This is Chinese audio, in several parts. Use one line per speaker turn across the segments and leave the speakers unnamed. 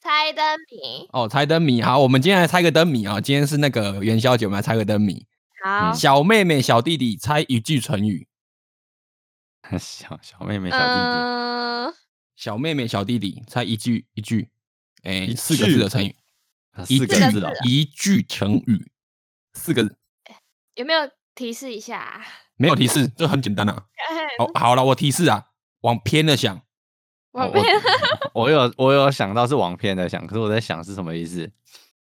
猜灯谜，
哦，猜灯谜，好，我们今天来猜个灯谜啊、今天是那个元宵节，我们来猜个灯谜。嗯
好，
小妹妹、小弟弟猜一句成语。
小小妹妹、小弟弟，
嗯、
小妹妹、小弟弟猜一句一句，哎、
一
四个
句
字的成语，
啊
一
四
句
个字哦，
一句成语，四个字，
有没有提示一下 啊？
没有提示，这很简单啊。
嗯
好，好了，我提示啊，往偏了想，
我
哦
我
没有，、
我有我有想到是网片的想，可是我在想是什么意思？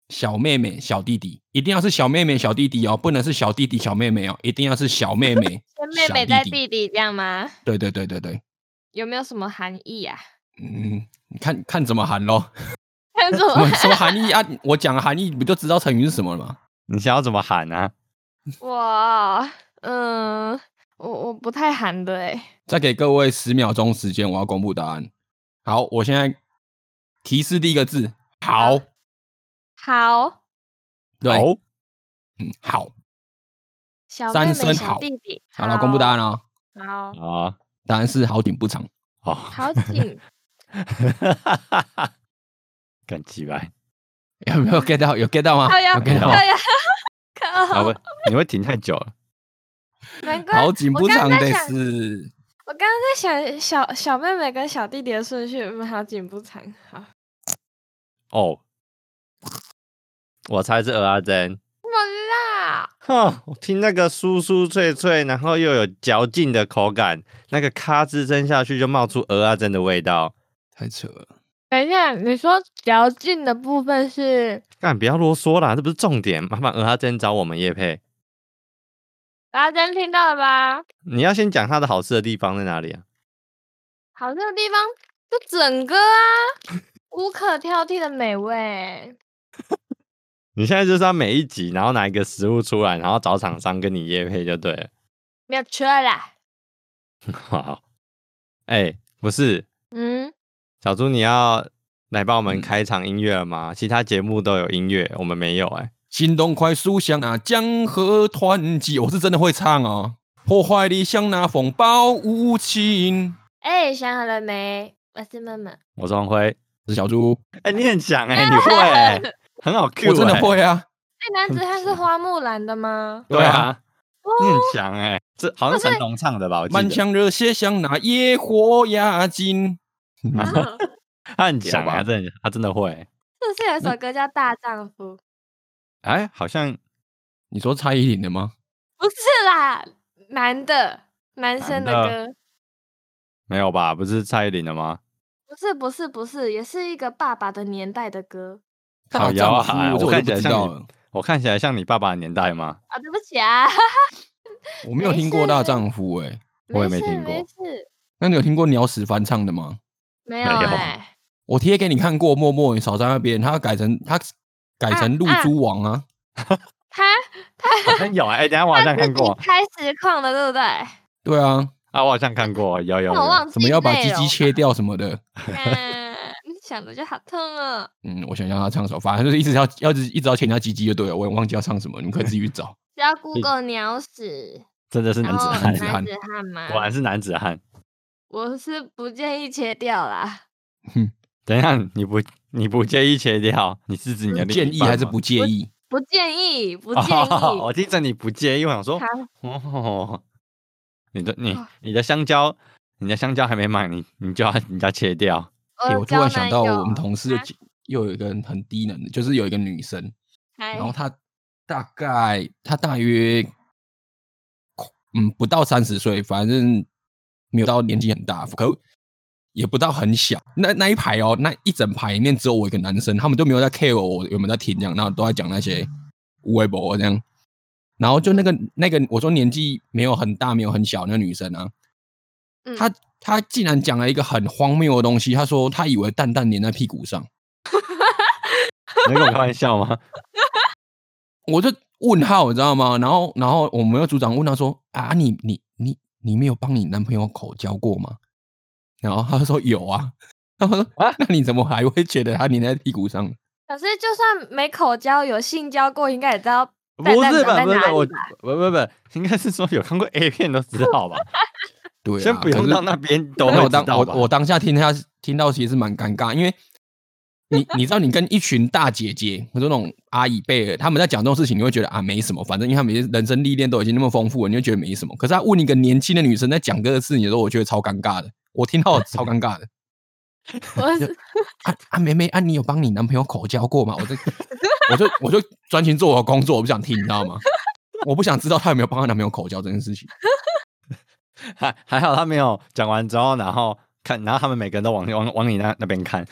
小妹妹、小弟弟，一定要是小妹妹、小弟弟哦，不能是小弟弟、小妹妹哦，一定要是小妹妹
妹
小
妹带
弟
弟
弟。
弟这样吗？
对对对对对，
有没有什么含义 啊？
嗯，你看看怎么喊咯，
看什
什么
么？
什么含义啊？我讲含义，不就知道成语是什么了吗？
你想要怎么喊啊？
我嗯，我我不太含的哎、
再给各位十秒钟时间，我要公布答案。好，我现在提示第一个字，好，
好，
对，
哦
嗯，好，
小
三
妹妹
声
小
好
弟弟，
好了，公布答案哦。
好。好，
哦
答案是好景不长。
哦，
好 紧，
干鸡掰！
有没有 get 到？有 get 到吗？
靠呀
有 get 到
靠
吗。
呀，
啊
靠！
不，你会停太久了。
难怪
好景不
我刚
长
刚在
得
想，
是
我刚刚在想小小妹妹跟小弟弟的顺序，嗯，好景不长，好，
哦，我猜是鹅阿珍。
我啦，
哼，我听那个酥酥脆脆，然后又有嚼劲的口感，那个咔吱声下去就冒出鹅阿珍的味道。
太扯了。
等一下，你说嚼劲的部分是
干，不要啰嗦啦，这不是重点。麻烦鹅阿珍找我们叶配。
大家听到了吧？
你要先讲它的好吃的地方在哪里啊？
好吃的地方就整个啊，无可挑剔的美味。
你现在就是要每一集，然后拿一个食物出来，然后找厂商跟你叶配就对了。
没有错啦。
好，哎、不是，
嗯，
小猪，你要来帮我
嗯
们开场音乐了吗？其他节目都有音乐，我们没有哎、
心动快速想啊，江河湍急，我是真的会唱哦。破坏力像那风暴无情。
哎、想好了没？我是梦梦。
我是黄辉。
我是小猪，
哎、你很强哎、你会、欸，很好 Q，、欸、
我真的。会啊。
那男子 汉是花木兰的吗？
对
对
啊
啊，
你很强哎、这好像成龙唱的吧？我记
满
得
腔热血像那野火压境。
他很强啊，
有吧
他真的他真的会欸、
是不是有一首歌叫《大丈夫》？
哎、好像
你说蔡依林的吗？
不是啦，男的，男生的
男的
歌。
没有吧？不是蔡依林的吗？
不是不是不是，也是一个爸爸的年代的歌
靠
大
腰啊
丈夫，这
我
我
看
就不
起来
知
像
道
你
了。
我看起来像你爸爸的年代吗？
啊！对不起啊，
我没有听过大丈夫、欸，哎，
我也没
事
听过
没事，
那你有听过鸟屎翻唱的吗？
没有
没有
哎、
我贴给你看过，默默你少在那边，他改成他改成露珠王啊，
他
好像有哎、欸等一下我好 像
他自
看
己
过
开实况的，对不对？
对啊，
啊，我好像看过，有有
但我
有，
忘记
什么要把
内
鸡鸡
容
切掉什么的，
干想的就好痛哦。
嗯，我想想他唱什么，反正就是一直要要一直一直要切人家鸡鸡就对了，我也忘记要唱什么，你们可以自己去找。
只 要 Google 鸟屎，
真的是
然
男子
后哦
汉
男
子，汉
子汉嘛，
果然是男子汉。
我是不建议切掉啦，
等一下，你不你不介意切掉？你是 指你的另
建
一
议
半
还是
吗
不介意？
不建 议，不
哦
建议。
我听着你不介意，我想说
好，
哦，你的你
啊
你的香蕉，你的香蕉还没买，你你就要人家切掉。
我
欸
有
我突
呃交
然想
男
到
友
我们同事
啊
又又有一个人很低能的，就是有一个女生，
嗨
然后她大概她大约嗯不到三十岁，反正没有到年纪很大，可也不到很小。那那一排哦，那一整排里面只有我一个男生，他们都没有在 care 我有没有在听这样，然后都在讲那些微博这样。然后就那个那个我说年纪没有很大，没有很小那个女生啊，
嗯
她她竟然讲了一个很荒谬的东西，她说她以为蛋蛋粘在屁股上。
你在跟我开玩笑吗？
我就问号，你知道吗？然后，然后我们的组长问他说：“啊，你你你你没有帮你男朋友口交过吗？”然后他就说：“有啊。”然后说：“啊，那你怎么还会觉得他粘在屁股上？
可是就算没口交，有性交过，应该也知 道
不
蛋蛋
是
长 在
吧？不是
哪
吧？我
里
不
吧？
不不，应该是说有看过 A 片都知道吧？
对啊，
先不
可
用
是
到那边都
但
会
我
知
当
道吧
我？我当下听他听到其实蛮尴尬，因为你你知道，你跟一群大姐姐或者那种阿姨辈的，他们在讲这种事情，你会觉得啊没什么，反正因为他们人生历练都已经那么丰富了，你就觉得没什么。可是他问一个年轻的女生在讲这个事情的时候，我觉得超尴尬的，我听到我超尴尬的。
我是
啊啊，梅梅啊，你有帮你男朋友口交过吗？我这我就我就专心做我的工作，我不想听，你知道吗？我不想知道她有没有帮她男朋友口交这件事情。
还还好他没有讲完之后，然后看，然后他们每个人都往往往你那那边看，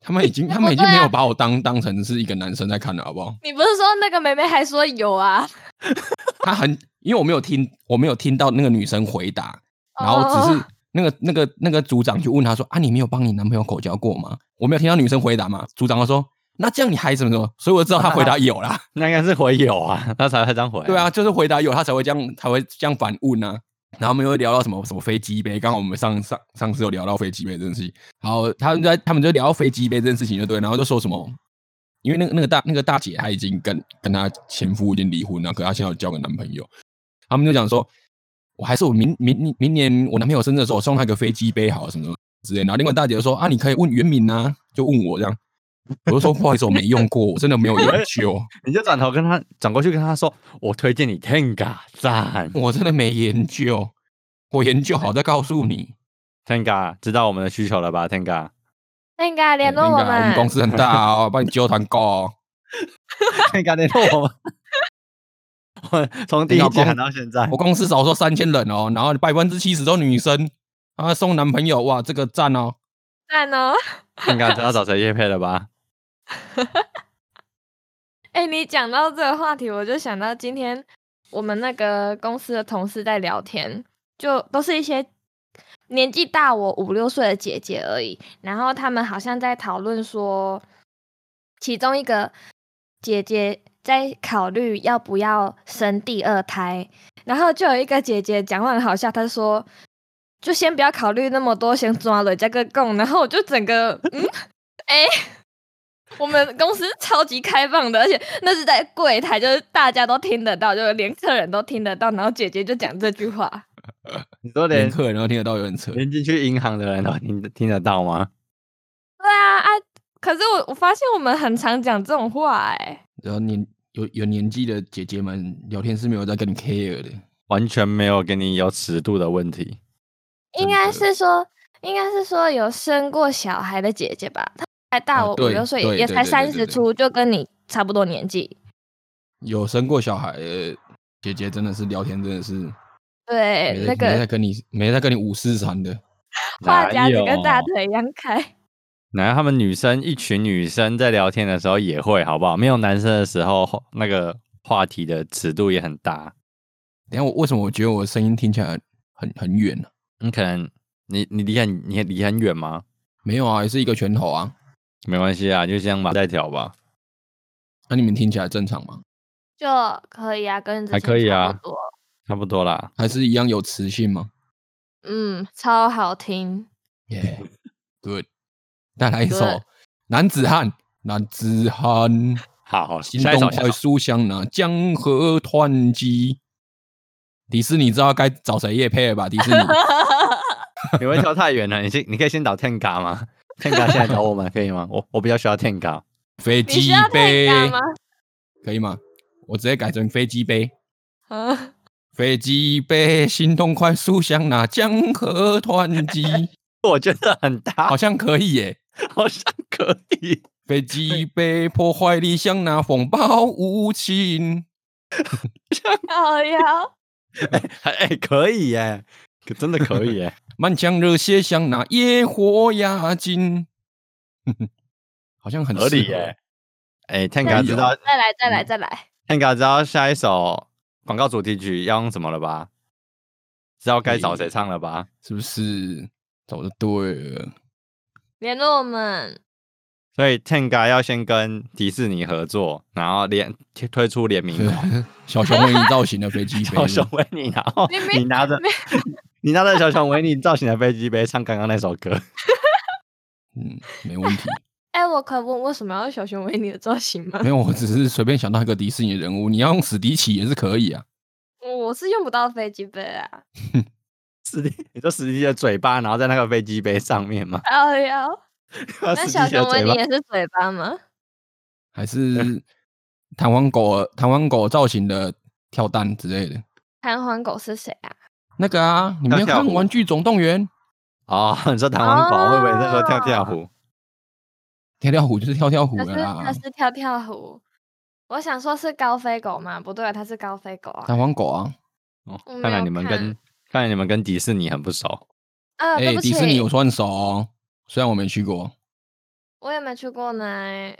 他们已经他们已经没有把我当当成是一个男生在看了，好不好？
你不是说那个妹妹还说有啊？
他很，因为我没有听，我没有听到那个女生回答，
哦
然后只是那个那个那个组长就问他说：“啊，你没有帮你男朋友口交过吗？”我没有听到女生回答嘛。组长就说：“那这样你还怎么怎么？”所以我就知道他回答有啦。
那应该是回有啊，他才会这样回、
对啊，，就是回答有，他才会这样才会这样反问啊。然后我们又聊到什么什么飞机杯，刚好我们上上上次有聊到飞机杯这件事情，然后他们在他们就聊到飞机杯这件事情就对，然后就说什么，因为那个那个大那个大姐她已经跟跟她前夫已经离婚了，可她现在有交个男朋友，他们就讲说，我还是我明明明年我男朋友生日的时候我送他一个飞机杯好了什么什么之类的，然后另外大姐就说啊，你可以问袁敏啊，就问我这样，我就说不好意思，我没用过，我真的没有研究。
你就转头跟他转过去跟他说，我推荐你 Tenga 赞
我真的没研究，我研究好再告 诉你。
，Tenga 知道我们的需求了吧？Tenga
那应该联络
我
我
啊们，我们公
们。
司很大 哦，帮你揪团购哦。
Tenga 联络我们， 我从第一集喊到现在
我，公司少说三千人哦，然后百分之七十都女生啊，送男朋友哇，这个赞哦。
赞哦！
Tenga 知道找谁叶配了吧？
哎、你讲到这个话题，我就想到今天我们那个公司的同事在聊天，就都是一些年纪大我五六岁的姐姐而已。然后他们好像在讨论说，其中一个姐姐在考虑要不要生第二胎，然后就有一个姐姐讲话很好笑，她说。就先不要考虑那么多，先抓了加个供，然后我就整个嗯， 哎、我们公司超级开放的，而且 那是在柜台，就是大家都听得到，就是连客人都听得到。然后姐姐就讲这句话，
你说
连
连
客人都听得到有人扯，
连进去银行的人都听听得到吗？
对啊啊！可是我我发现我们很常讲这种话、哎，
然后年有有年纪的姐姐们聊天是没有在跟你 care 的。
完全没有给你有尺度的问题。
应
真
该
的
是说，应该是说有生过小孩的姐姐吧，她还大
哦
我五
对
六岁，
对
也
对
才
对对
三
对
十
对
出，就跟你差不多年纪。
有生过小孩的姐姐真的是聊天真的是
对
没，在
那
没在
个
跟你没在跟你五四三的。
话匣子
哪
跟
哦
大
有
腿一样开。
然后他们女生一群女生在聊天的时候也会，好不好？没有男生的时候，那个话题的尺度也很大。
等一下我为什么我觉得我的声音听起来很很远啊呢、
你可能你你离很你离很远吗？
没有啊，也是一个拳头啊。
没关系啊，就这样吧，再调吧。
那、你们听起来正常吗？
就可以啊，跟之
还
前
可以
差
啊
不多，
差不多啦，
还是一样有磁性吗？
嗯，超好 听。
耶 ，Good，再来一首
Good
《男子汉》，男子汉，
好，
心
下一首
动
下
快
一首
书香呢，江河湍急。迪士尼知道该找谁夜配 了吧？迪士尼
你会跳太远了，你先你可以先找 Tenga 吗？Tenga 现在找我们可以吗？我我比较需要 Tenga。
飞
你需
机
要退
杯
咖吗？
可以吗？我直接改成飞机杯，
嗯，
飞机杯，心动快书香呢，江河湍 急，
我觉得很大，
好像可以耶、
好像可以。
飞机杯破坏力像那风暴无情。
好呀，
哎、可以耶，可 真的可 以耶。
满腔热血像那野火压境， 好像很
合理
适合
耶。哎、t e n g a 知道嗯
再来，再来，再来。
Tenga 啊知道下一首广告主题曲要用什么了吧？知道该找谁唱了吧？
是不是？找的对了，
联络我们，
所以 Tenga 要先跟迪士尼合作，然后联推出联 名款
小熊维尼造型的飞机杯，
小熊维尼，然后
你没
你拿着
没
你拿着小熊维尼造型的飞机杯唱刚刚那首歌，
嗯，没问题。
哎、我可问为什么要小熊维尼的造型吗
没？有，我只是随便想到一个迪士尼人物，你要用史迪奇也是可以啊。
我是用不到飞机杯啊。
史蒂你说史蒂的嘴巴，然后在那个飞机杯上面嘛？
哎呀， 那小熊维尼也是嘴巴吗？
还 是弹簧狗弹簧狗造型的跳蛋之类的。
弹簧狗是谁啊？
那个啊，你没有
跳
看《
跳舞
玩具总动员》？
哦，你说弹簧狗会不会那时候跳跳虎？
跳跳虎就是跳跳虎啊
可是
的
它
啊
啦，
是跳跳虎。我想说是高飞狗嘛，不对，它是高飞狗啊。
弹簧狗啊。
哦
我没，
看来
有
你们
看
跟看来你们跟迪士尼很不熟。
啊，对
哎，
不
迪士尼
起
我，算熟哦，虽然我没去过。
我也没去过呢。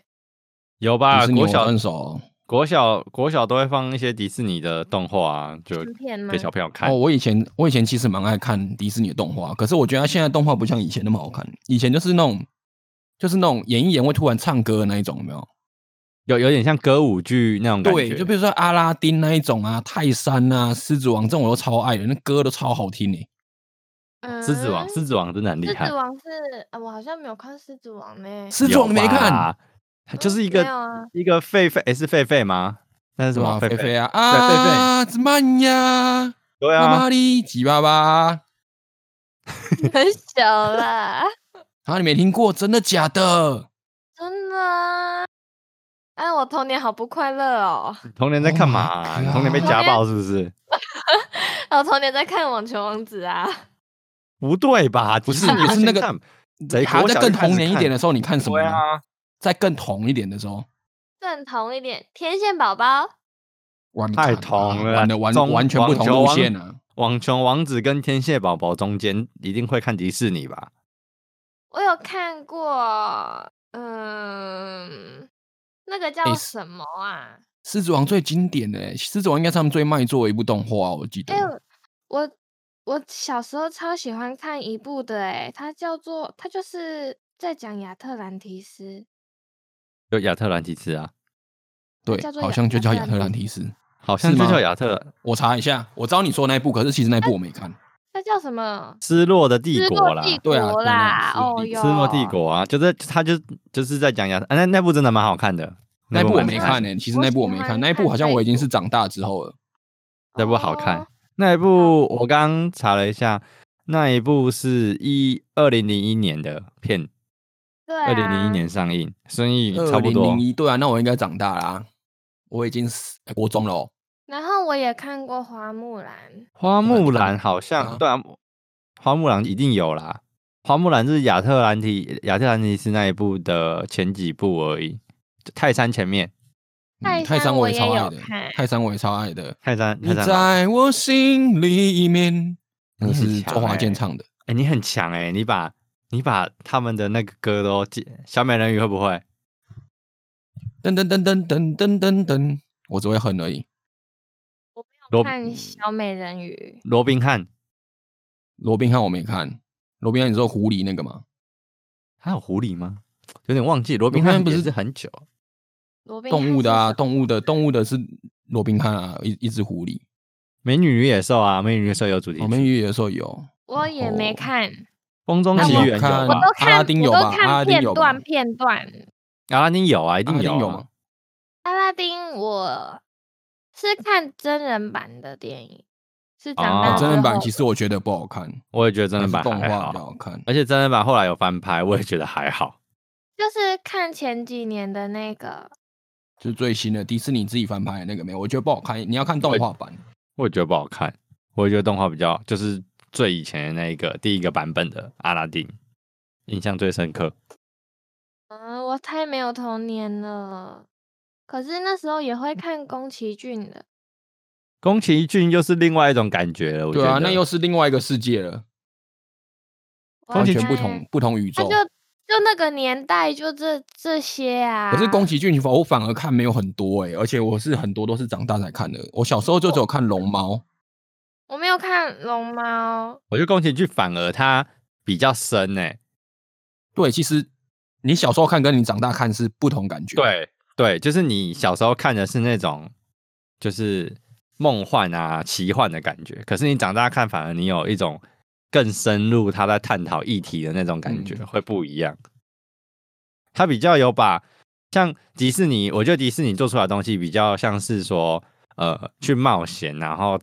有吧？
迪士尼
啊国
我
小
算熟哦。
国小国小都会放一些迪士尼的动画啊，就
成片吗
给？小朋友看
哦，。我以前我以前其实蛮爱看迪士尼的动画，可是我觉得现在动画不像以前那么好看。以前就是那种就是那种演一演会突然唱歌的那一种，有没有？
有有点像歌舞剧那种感觉。
对，就比如说阿拉丁那一种啊，泰山啊，狮子王这种我都超爱的，那歌都超好听诶、
哦狮子王，
嗯
狮子王真的很厉
狮
害
子。王是啊，我好像没有看狮子王呢。
狮子王你没看？
吧，它就是一
嗯没有
个
啊，
一个狒狒，诶是狒狒吗？那是什
是吧？
么狒
菲
狒？
菲啊啊，怎么呀？
对
妈
啊
妈，的吉爸爸
很小 啦，
啊，你没听过？真的假的？
真的啊。哎，我童年好不快乐哦！
童年在
Oh
干
my
嘛啊？你童年被家
God
暴是不是？
我童年在看《网球王子》啊，
不对吧？不
是不是那个
贼
还
国
在
小
更
就开
童
始
年一
看
点的时候，你看什么
对
呢？
啊，
在更童一点的时候，
正统一点，《天线宝宝》
完
太
蛋
童了
完了完
中
完全不同路线啊！
网球王子跟天线宝宝中间一定会看迪士尼吧？
我有看过，嗯，那个叫
诶是
什么啊？
狮子王最经典的、欸，狮子王应该是他们最卖座的一部动画，啊我记得
哎、我我小时候超喜欢看一部的、哎，它叫做它就是在讲亚特兰提斯，
有亚特兰提斯啊，
对
叫，做
好
亚
像就叫
亚
亚
特
特
兰
兰
蒂
提斯。
好像
是
就
吗
叫亚特
我查一下，我知道你说的那一部，可是其实那一部我没看。
它叫什么？
失落的帝
失
国
落
啦，
帝
对啊
国
对啊
啦！
失落
哦
帝
哟，
失落帝国啊，就是他就就是在讲亚特，啊、那那部真的蛮好看的，
那一部
部
我
蛮
没
喜
看欸
欢
呢、其实
我
那一部
喜
我没
欢
看，那一部
看
好像
这
我
一
已经
部
是长大之后了。
那部好看
哦。
那一部我刚查了一下，那一部是一二零零一年的片，
对、啊，
二零零一年上映，所以差
二
不
零
多
零。一，对啊，那我应该长大啦、我已经是哎国中了、哦。
然后我也看过《花木兰
花木
看
兰好
啊
像对啊，花木兰一定有啦。花木兰是亚特兰提亚特兰提斯那一部的前几部而已，就泰山前面，
泰
嗯泰
山
山
我
也
也
超
有
爱的
看，
泰山我也超爱的。
泰山
你
泰山老。
在我心里面，那
你
个
很
是
强
周华健
欸
唱的。
哎、你很强哎、你把你把他们的那个歌都记，小美人鱼会不会？
噔噔噔噔噔噔噔噔，我只会哼而已。
罗》，
看小美人鱼。
罗宾汉，
罗宾汉我没看，罗宾汉你说狐狸那个吗？
还有狐狸吗？有点忘记，罗宾
宾
汉
汉不
也
是
是很久，
罗宾汉
动物的
是
啊，
什么
动物的，动物的是罗宾汉啊，一一只狐狸。
美女与野兽》啊，《美女与野兽》有主题曲，
我们预约的时候有，
我也没
哦
看，
风中
那
奇
我
缘》有
看啊
我
吧？
都
阿拉
看，
丁有
我都
吧阿
看
拉丁
片
有吧
段片段。
阿拉丁有啊，一
阿
定
拉丁
有
有
啊
吗？
阿拉丁我是看真人版的电影，是长
哦
大
哦
之
真
后、
人版其实我觉得不好看，
我也觉得真人版
还是动
还
画比较
好，
好看。
而且真人版后来有翻拍，我也觉得还好。
就是看前几年的那个，
就是最新的迪士尼自己翻拍的那个没有，我觉得不好看。你要看动画版，
我也觉得不好看，我也觉得动画比较就是最以前的那一个第一个版本的阿拉丁，印象最深刻。
嗯，我太没有童年了。可是那时候也会看宫崎骏的，
宫崎骏又是另外一种感觉了，我觉
对
得。
啊，那又是另外一个世界了，
我
宫
完
崎
全
看
不同，不同宇
他
宙
就。就那个年代就这这些啊。
可是宫崎骏我反而看没有很多哎、而且我是很多都是长大才看的。我小时候就只有看《龙猫》，
我没有看龙猫，
我觉得宫崎骏反而他比较深欸呢、
对，其实你小时候看跟你长大看是不同感觉。，
对对，就是你小时候看的是那种就是梦幻啊、奇幻的感觉，可是你长大看，反而你有一种更深入他在探讨议题的那种感觉，
嗯
会不一样。他比较有把像迪士尼，我觉得迪士尼做出来的东西比较像是说，呃，去冒险，然后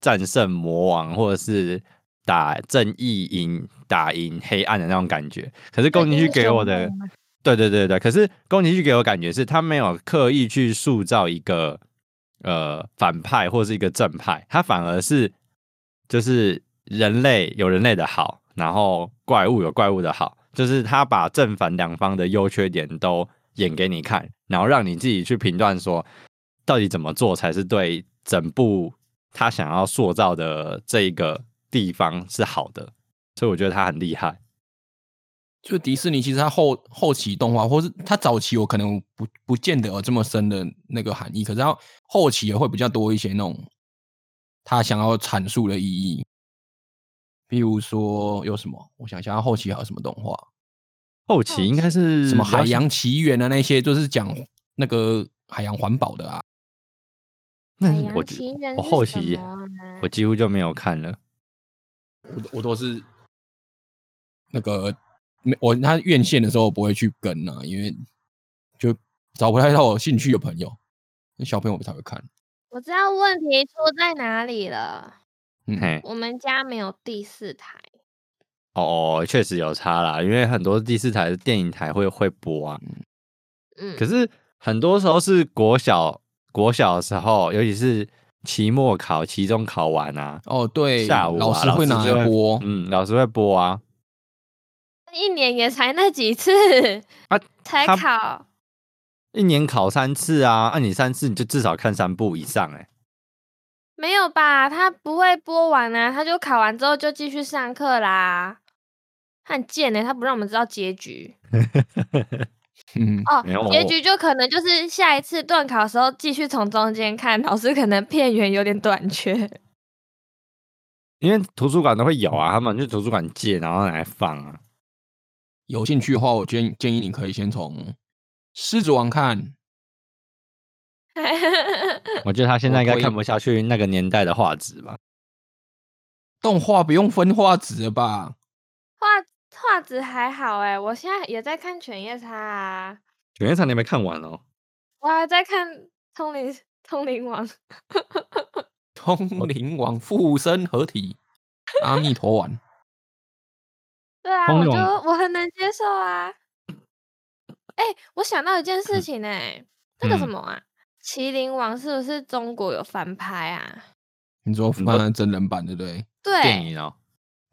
战胜魔王，或者是打正义赢打赢黑暗的那种感觉。可是宫崎骏给我的，对对对对，可是宫崎骏给我感觉是他没有刻意去塑造一个呃反派或是一个正派，他反而是就是人类有人类的好，然后怪物有怪物的好，就是他把正反两方的优缺点都演给你看，然后让你自己去评断说到底怎么做才是对整部他想要塑造的这一个地方是好的，所以我觉得他很厉害。
就迪士尼其实它后后期动画，或是它早期我可能不不见得有这么深的那个含义，可是它后期也会比较多一些那种它想要阐述的意义。比如说有什么，我想想，它后期还有什么动画？
后期应该是
什么《海
比较
洋奇缘》啊，那些就是讲那个海洋环保的啊。
那
海洋
我
情人
我
是
后
什
期
么啊
我几乎就没有看了。
我都我都是那个没我他院线的时候我不会去跟啊，因为就找不太到我兴趣的朋友，那小朋友才会看。
我知道问题出在哪里了。
嗯，
嘿，
我们家没有第四台，
哦，确实有差啦，因为很多第四台的电影台会会播啊，
嗯，
可是很多时候是国小国小的时候，尤其是期末考、期中考完啊，
哦，对，
下午、啊、
老师会拿
就
来播，
嗯，老师会播啊，
一年也才那几次
啊
才
他
考，
一年考三次啊，按、你三次你就至少看三部以上哎、
没有吧？他不会播完啊，他就考完之后就继续上课啦。他很贱欸呢、他不让我们知道结局
嗯，
哦
没有，啊
结
我
局就可能就是下一次段考的时候继续从中间看，老师可能片源有点短缺。
因为图书馆都会有啊，他们去图书馆借，然后拿来放啊。
有兴趣的话，我建建议你可以先从《狮子王》看。
我觉得他现在应该
我
看不下去那个年代的画质吧。
动画不用分画质了吧？
画画质还好哎、我现在也在看《犬夜叉》啊，
犬夜叉你还没看完哦，
我还在看《通灵 通灵王》。
通灵王附身合体，阿弥陀丸。
对啊，
通
我
灵
就
王
我很能接受啊。哎、我想到一件事情哎、那个什
嗯
么啊，麒麟王》是不是中国有翻拍啊？
你说
你说
看真人版对不对？
电
对，
影哦，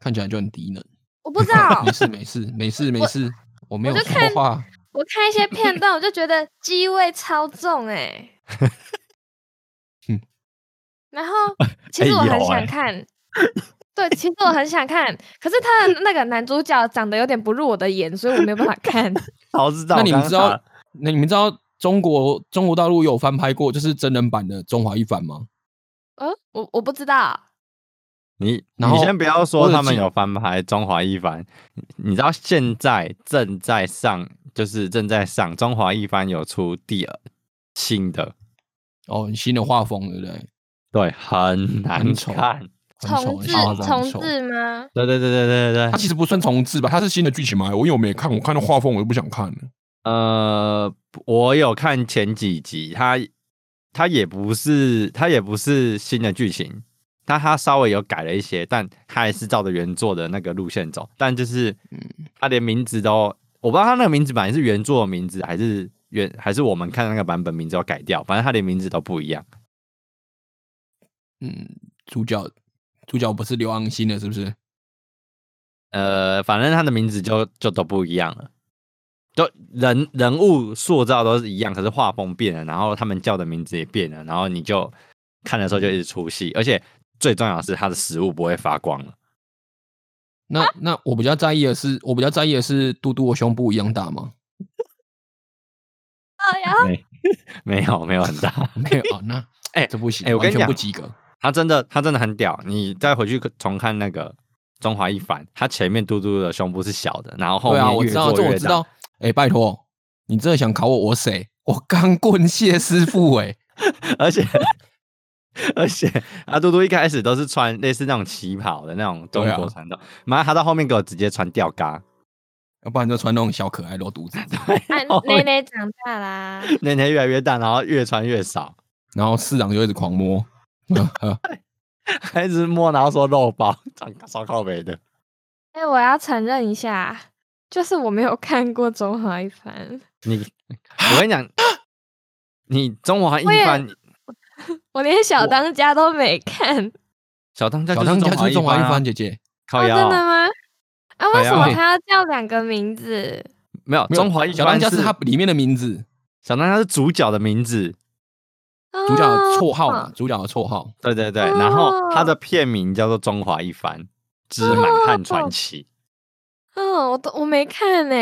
看起来就很低能。
我不知道
没，事没事没事没事，我没有
我就
说
看
话。
我看一些片段，我就觉得机位超重哎、
嗯啊哎
然后其实我很
有欸
想看，对，其实我很想看，可是他的那个男主角长得有点不入我的眼，所以我没有办法看。
早知道
那你们
我刚
知道
查？
那你们知道中国中国大陆有翻拍过就是真人版的《中华一番》吗？
呃，我我不知道，
你
然
你
后
先不要
我
说
有
他们
记
有翻拍《中华一番》，你知道现在正在上，就是正在上《中华一番》有出第二新的，
哦，新的画风对不对？
对，很难
很丑
看。
很丑欸哦
重
很
置
夸张
重
很丑
置吗？
对对对对对
它
对，
其实不算重置吧，它是新的剧情嘛。我因为我没看，我看到画风我就不想看了。
呃，我有看前几集，它它也不是它也不是新的剧情，但它稍微有改了一些，但它还是照着原作的那个路线走，但就是它连名字都我不知道它那个名字本来是原作的名字还是原还是我们看那个版本名字要改掉，反正它连名字都不一样。
嗯，主角主角不是刘昂星的，是不是？
呃，反正他的名字就就都不一样了，就人人物塑造都是一样，可是画风变了，然后他们叫的名字也变了，然后你就看的时候就一直出戏，而且最重要的是他的食物不会发光了。
啊
那那我比较在意的是，我比较在意的是嘟嘟我胸部一样大 吗？
哦，然后
没 有，没有很大。
没有啊，那
哎
这不行，
哎我跟
完
你
全不
讲
及格。
他真的，他真的很屌。你再回去重看那个《中华一番》，他前面嘟嘟的胸部是小的，然后后
对
面
啊，我
越
知道，
做
这
越
我
大。
知道。哎，拜托，你真的想考我，我谁？我钢 棍谢师傅哎、
而且而且阿嘟嘟一开始都是穿类似那种旗袍的那种中
对啊
国传统，妈、他到后面给我直接穿吊嘎，
要不然就穿那种小可爱露肚子，
哎
哦
后
奶
面
奶长大啦，
那天越来越大，然后越穿越少。
呃然后市长就一直狂摸。呵呵
还一直摸，然后说肉包，长烧靠北的。
哎、我要承认一下，就是我没有看过《中华一番》，
你，我跟你讲，你中华一
我也
番
我连小当家都没看。
小当家
小
就
当家就是是中华一
番
番
啊，
姐姐，
靠
哦，真
腰
的吗？啊，
哎
为
呀
什么
嘿
他要叫两个名字？
没有
没有
中华一番
小当家是它里面的名字，
小当家是主角的名字，
啊
主角的绰号嘛
哦，
主角的绰号。
对对对，然后它
哦
的片名叫做《中华一番之满汉传奇
嗯，我都我没看呢、》。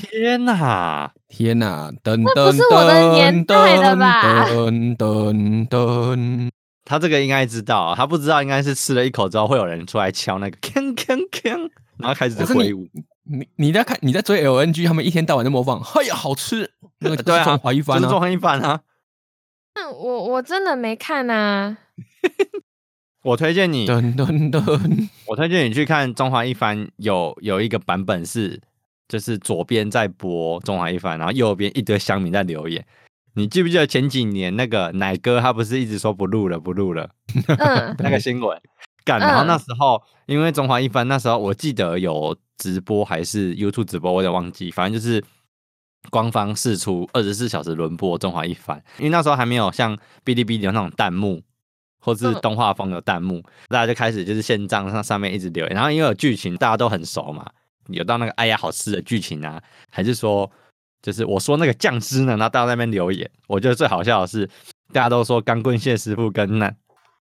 天哪，
天哪，噔噔
那不是我的年代了吧
噔噔噔噔，
他这个应该知道，啊他不知道应该是吃了一口之后会有人出来敲那个锵锵锵，然后开始
可是
挥
你
舞。
你你在看你在追 LNG，他们一天到晚在模仿，哎呀好吃，那个就
对
是
啊
中华一
就
番
是中
啊，
华一番啊！
那嗯我我真的没看啊。
我推荐你，
噔噔噔，
我推荐你去看《中华一番》有，有一个版本是，就是左边在播《中华一番》，然后右边一堆乡民在留言。你记不记得前几年那个奶哥他不是一直说不录了不录了
嗯
那个新闻？干，然后那时候、因为《中华一番》那时候我记得有直播还是 YouTube 直播，我有点忘记，反正就是官方试出二十四小时轮播《中华一番》，因为那时候还没有像哔哩哔哩有那种弹幕，或是
嗯
动画风的弹幕，大家就开始就是线上上上面一直留言，然后因为有剧情，大家都很熟嘛，有到那个哎呀好吃的剧情啊，还是说就是我说那个酱汁呢，然后大家在那边留言，我觉得最好笑的是大家都说钢棍谢师傅跟那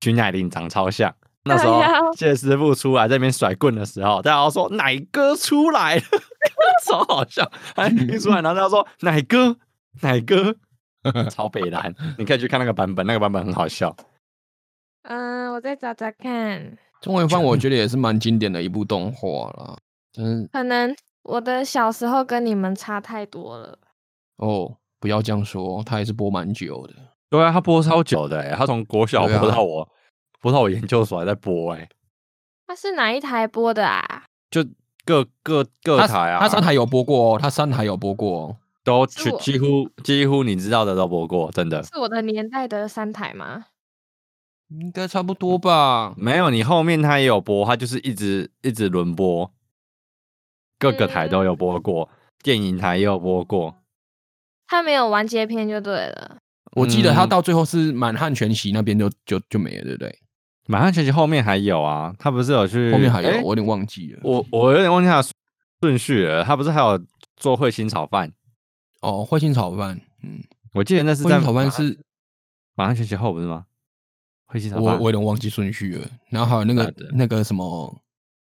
徐乃麟长超像。那时候
哎呀
谢师傅出来这边甩棍的时候，大家都说奶哥出来 了，超好笑！哎，一出来，然后大家说奶哥，奶哥，超北蓝，你可以去看那个版本，那个版本很好笑。
嗯，我再找找看，
中华一番我觉得也是蛮经典的一部动画啦，真是
可能我的小时候跟你们差太多了。
哦，不要这样说，它也是播蛮久的。
对啊，他播超久的、欸，他从国小
对啊
播到我，播到我研究所还在播、欸，哎，
它是哪一台播的啊？
各各各
他
台啊，
他三台有播过哦，他三台有播过哦。
都
是
去
我
几乎几乎你知道的都播过，真的
是我的年代的三台吗？
应该差不多吧。
没有。你后面他也有播，他就是一直一直轮播，各个台都有播过，
嗯
电影台也有播过。
它没有完结篇就对了。
我记得他
嗯
到最后是满汉全席那边就就就没了，对不对？
满汉全席后面还有啊，他不是有去
后面还有，
诶
我有点忘记了。
我我有点忘记他的顺序了，他不是还有做彗星炒饭？
哦，彗星炒饭，嗯，
我记得那是
彗
在
星炒
满
饭是
满汉全席后不是吗？彗星炒
我
饭，
我有点忘记顺序了。然后还有那
啊
个
对
那个什么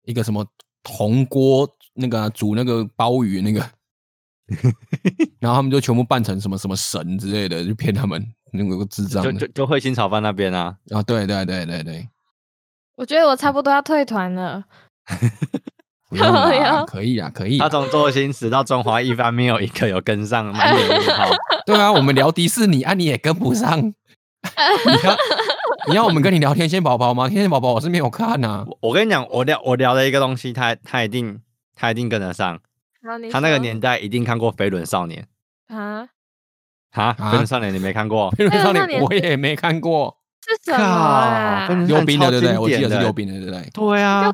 一个什么铜锅那个啊煮那个鲍鱼 那个，然后他们就全部扮成什么什么神之类的，就骗他们那个智障
就就
的
就彗星炒饭那边啊，
啊！对对对对 对，
我觉得我差不多要退团了。
不用啦
哎呀
可以啊，可以啦。
他从周星驰到中华一番没有一个有跟上，满脸问号。
对啊，我们聊迪士尼啊，你也跟不上。 你要你要我们跟你聊天线宝宝吗？天线宝宝我是没有看啊呐、
我我跟你讲，我聊我聊了一个东西，他他一定他一定跟得上，
然后你
他那个
说
年代一定看过《飞轮少年
啊，》
啊，
啊
《飞轮少年》哎你没看过？
飞轮少
少年
年我也没看过，
是什么啊
靠？跟你
溜冰的对不对？
超
我记
经典的
得是溜冰的对不对？
对啊，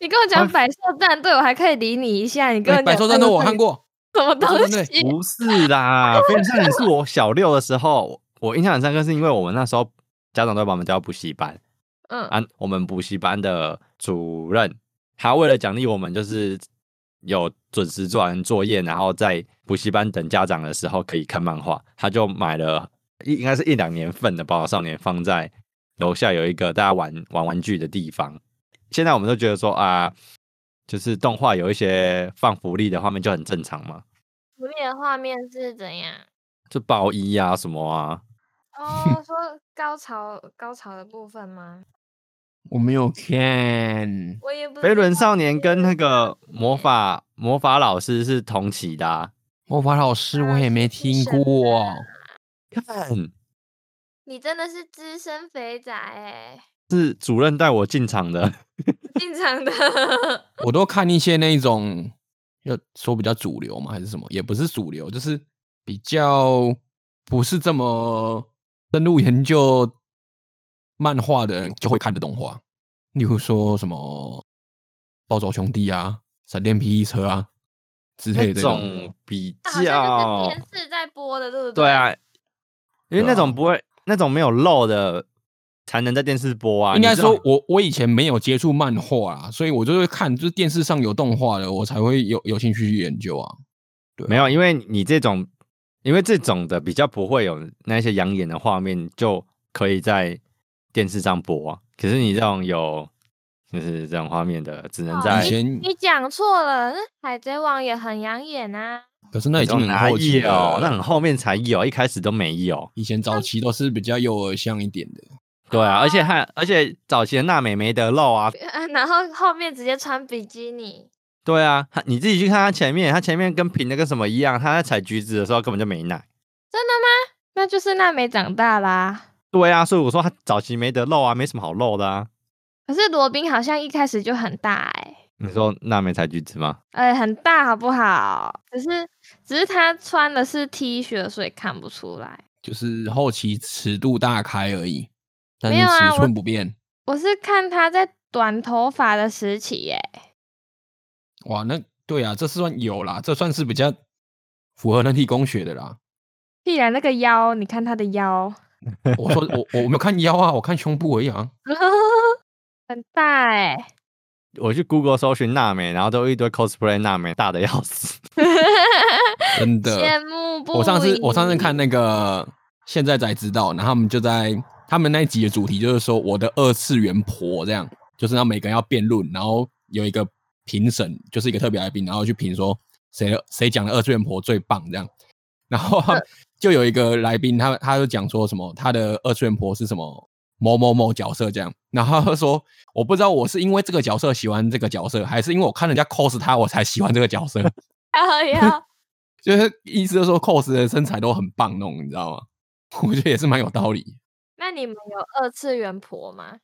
你跟我讲
他
百兽战队，我还可以理你一下。你跟我
哎
讲
百兽战队我看过，
什么东
百兽战
西？
不是 啦，《飞轮少年》是我小六的时候，我印象很深刻，是因为我们那时候家长都会把我们叫到补习班，
嗯，
啊，我们补习班的主任，他为了奖励我们，就是有准时做完作业，然后在补习班等家长的时候可以看漫画，他就买了一应该是一两年份的《宝岛少年》，放在楼下有一个大家玩玩玩具的地方。现在我们都觉得说啊，就是动画有一些放福利的画面就很正常嘛，
图片的画面是怎样？
就包衣啊什么啊，
哦，说高潮高潮的部分吗？
我没有看。
我也不
《
知
飞轮
道
少年》跟那
耶
个魔法魔法老师是同期的、啊，
魔法老师我也没听过，
看。
你真的是资深肥仔 哎、
是主任带我进场 的，
进场的
我都看一些那种要说比较主流嘛，还是什么？也不是主流，就是比较不是这么深入研究漫画的人就会看的动画。例如说什么《暴走兄弟》啊，《闪电霹雳车》啊之类
那
的
种比
好像
较
就是电视在播的，对不
对啊，因
对
为那
啊
种不会那种没有漏的才能在电视播啊。
应该
你知道
说我我以前没有接触漫画啦，所以我就会看，就是电视上有动画的，我才会有有兴趣去研究啊。
没有，因为你这种，因为这种的比较不会有那些养眼的画面，就可以在电视上播啊。可是你这种有就是这种画面的，只能
哦
在
以前
你讲错了，那《海贼王》也很养眼啊。
可是那已经很
哪
后期
有
了，
哦那很后面才有，一开始都没有。
以前早期都是比较幼儿像一点的。
对啊，而且
哦
还而且早期的娜美没得露啊，
然后后面直接穿比基尼，
对啊，她你自己去看她前面，她前面跟平的跟什么一样，她在采橘子的时候根本就没奶。
那就是娜美长大啦、
对啊，所以我说她早期没得露啊，没什么好露的啊。
可是罗宾好像一开始就很大哎、
你说娜美采橘子吗？
哎、很大好不好？只是只是他穿的是 T 恤，所以看不出来。
就是后期尺度大开而已，但
没有啊
是尺
我
寸不变。
我是看他在短头发的时期耶、
哇，那对啊，这算有啦，这算是比较符合人体工学的啦。
必然那个腰，你看他的腰，
我说我我我没有看腰啊，我看胸部而已啊。
很大哎、
我去 Google 搜寻娜美，然后都一堆 cosplay 娜美，大的要死。
真的。
羡慕不已。
我上次我上次看那个，现在才知道，然后他们就在他们那一集的主题就是说我的二次元婆这样，就是让每个人要辩论，然后有一个评审，就是一个特别来宾，然后去评说谁的谁讲的二次元婆最棒这样。然后他们 就有一个来宾，他他就讲说什么他的二次元婆是什么某某某角色这样，然后他就说我不知道我是因为这个角色喜欢这个角色，还是因为我看人家 cos 他我才喜欢这个角色。
哎 呀，
就是意思就是说 cos 的身材都很棒那种，你知道吗？ 我觉得也是蛮有道理。
那你们有二次元婆吗？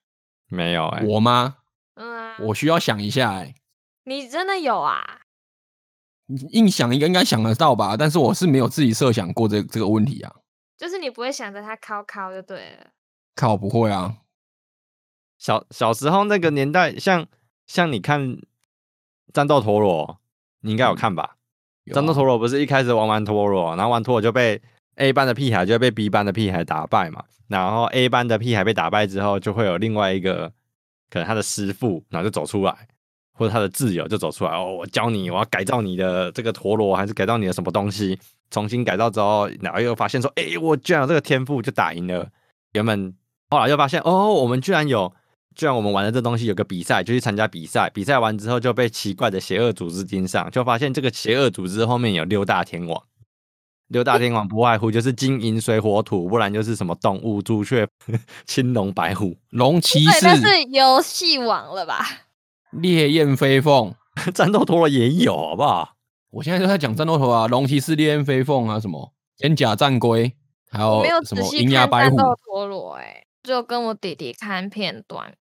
没有哎、
我吗？
嗯啊，
我需要想一下、欸，
你真的有啊？
你硬想一个应该想得到吧？但是我是没有自己设想过这这个问题啊。
就是你不会想着他考考就对了。
靠，不会啊，
小小时候那个年代，像像你看《战斗陀螺》，你应该有看吧？
有啊
战斗陀螺》不是一开始玩玩陀螺，然后玩陀螺就被 A 班的屁孩就会被 B 班的屁孩打败嘛，然后 A 班的屁孩被打败之后，就会有另外一个可能他的师傅，然后就走出来，或者他的挚友就走出来，哦，我教你，我要改造你的这个陀螺，还是改造你的什么东西，重新改造之后，然后又发现说，哎、我居然有这个天赋，就打赢了。原本后来又发现，哦，我们居然有。居然我们玩的这东西有个比赛，就去参加比赛。比赛完之后就被奇怪的邪恶组织盯上，就发现这个邪恶组织后面有六大天王。六大天王不外乎就是金银水火土，不然就是什么动物、朱雀、青龙、白虎。
龙骑
对，那
士、
是游戏王了吧？
烈焰飞凤。
战斗陀螺也有，啊好不好？
我现在就在讲战斗头啊，龙骑士、烈焰飞凤啊，什么肩甲战龟，还
我
哦
有
没有
什
仔
么
细
银牙
看
白
战
虎。
斗陀螺、欸，哎，就跟我弟弟看片段，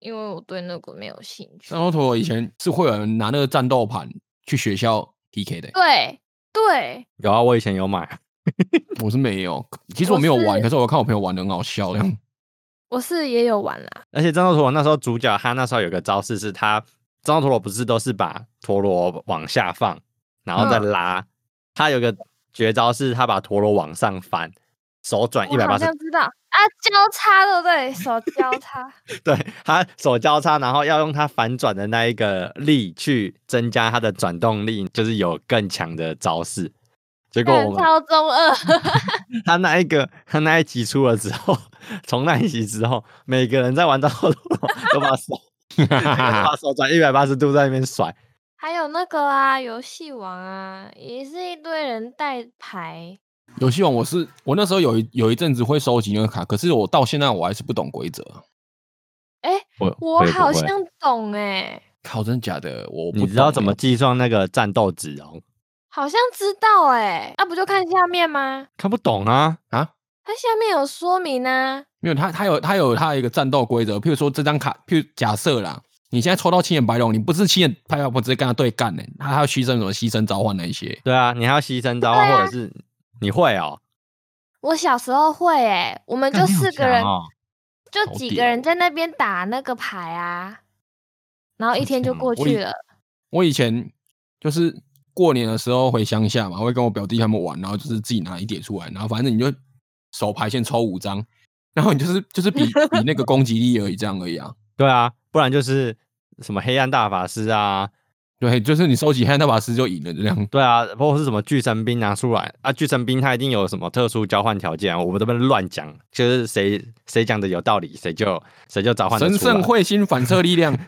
因为我对那个没有兴趣
战。
哦
斗头以前是会有人拿那个战斗盘去学校 PK 的欸、
对对，
有啊，我以前有买。
我是没有，其实
我
我没有
是
玩，可是我看我朋友玩的很好笑这样。
我是也有玩啦，
而且战斗陀螺那时候主角他那时候有个招式是他战斗陀螺不是都是把陀螺往下放，然后再拉，他有个绝招是他把陀螺往上翻，手转一
我
百
好
八十
像知道啊，交叉对不对？手交叉，
对，它手交叉，然后要用它反转的那一个力去增加它的转动力，就是有更强的招式。 结果我
看
们
超中二，
他那一个他那一集出了之后，从那一集之后，每个人在玩到后都把 手把手转一百八十度在那边甩，
还有那个啊，游戏王啊，也是一堆人带牌。
游戏王我是我那时候有一有一阵子会收集那个卡，可是我到现在我还是不懂规则。
我
我好像懂哎、
靠，真的假的？我不
你知道
懂
怎么
欸
计算那个战斗值哦？
好像知道哎、那、不就看下面吗？
看不懂啊，
它下面有说明啊。
没有？他他有他有他一个战斗规则，譬如说这张卡，譬如假设啦，你现在抽到青眼白龙，你不是青眼白龙，我直接跟他对干呢、他还要牺牲什么牺牲召唤那一些。
对啊，你还要牺牲召唤，
对啊
或者是你会哦，
我小时候会哎、我们就
干你好
四个人
强哦
就
好
几
屌
个人在那边打那个牌啊，然后一天就
嗯
过
哦我
去
以
了。
我以前就是过年的时候回乡下嘛，会跟我表弟他们玩，然后就是自己拿一叠出来，然后反正你就手牌先抽五张，然后你就是就是比比那个攻击力而已，这样而已啊。
对啊，不然就是什么黑暗大法师啊，
对，就是你收集黑那把石就赢了这样。
对啊，或者是什么巨神兵拿出来啊，巨神兵它一定有什么特殊交换条件啊，我们这边乱讲，就是谁谁讲的有道理，谁就谁就召唤得
神
出来
圣彗星反射力 量，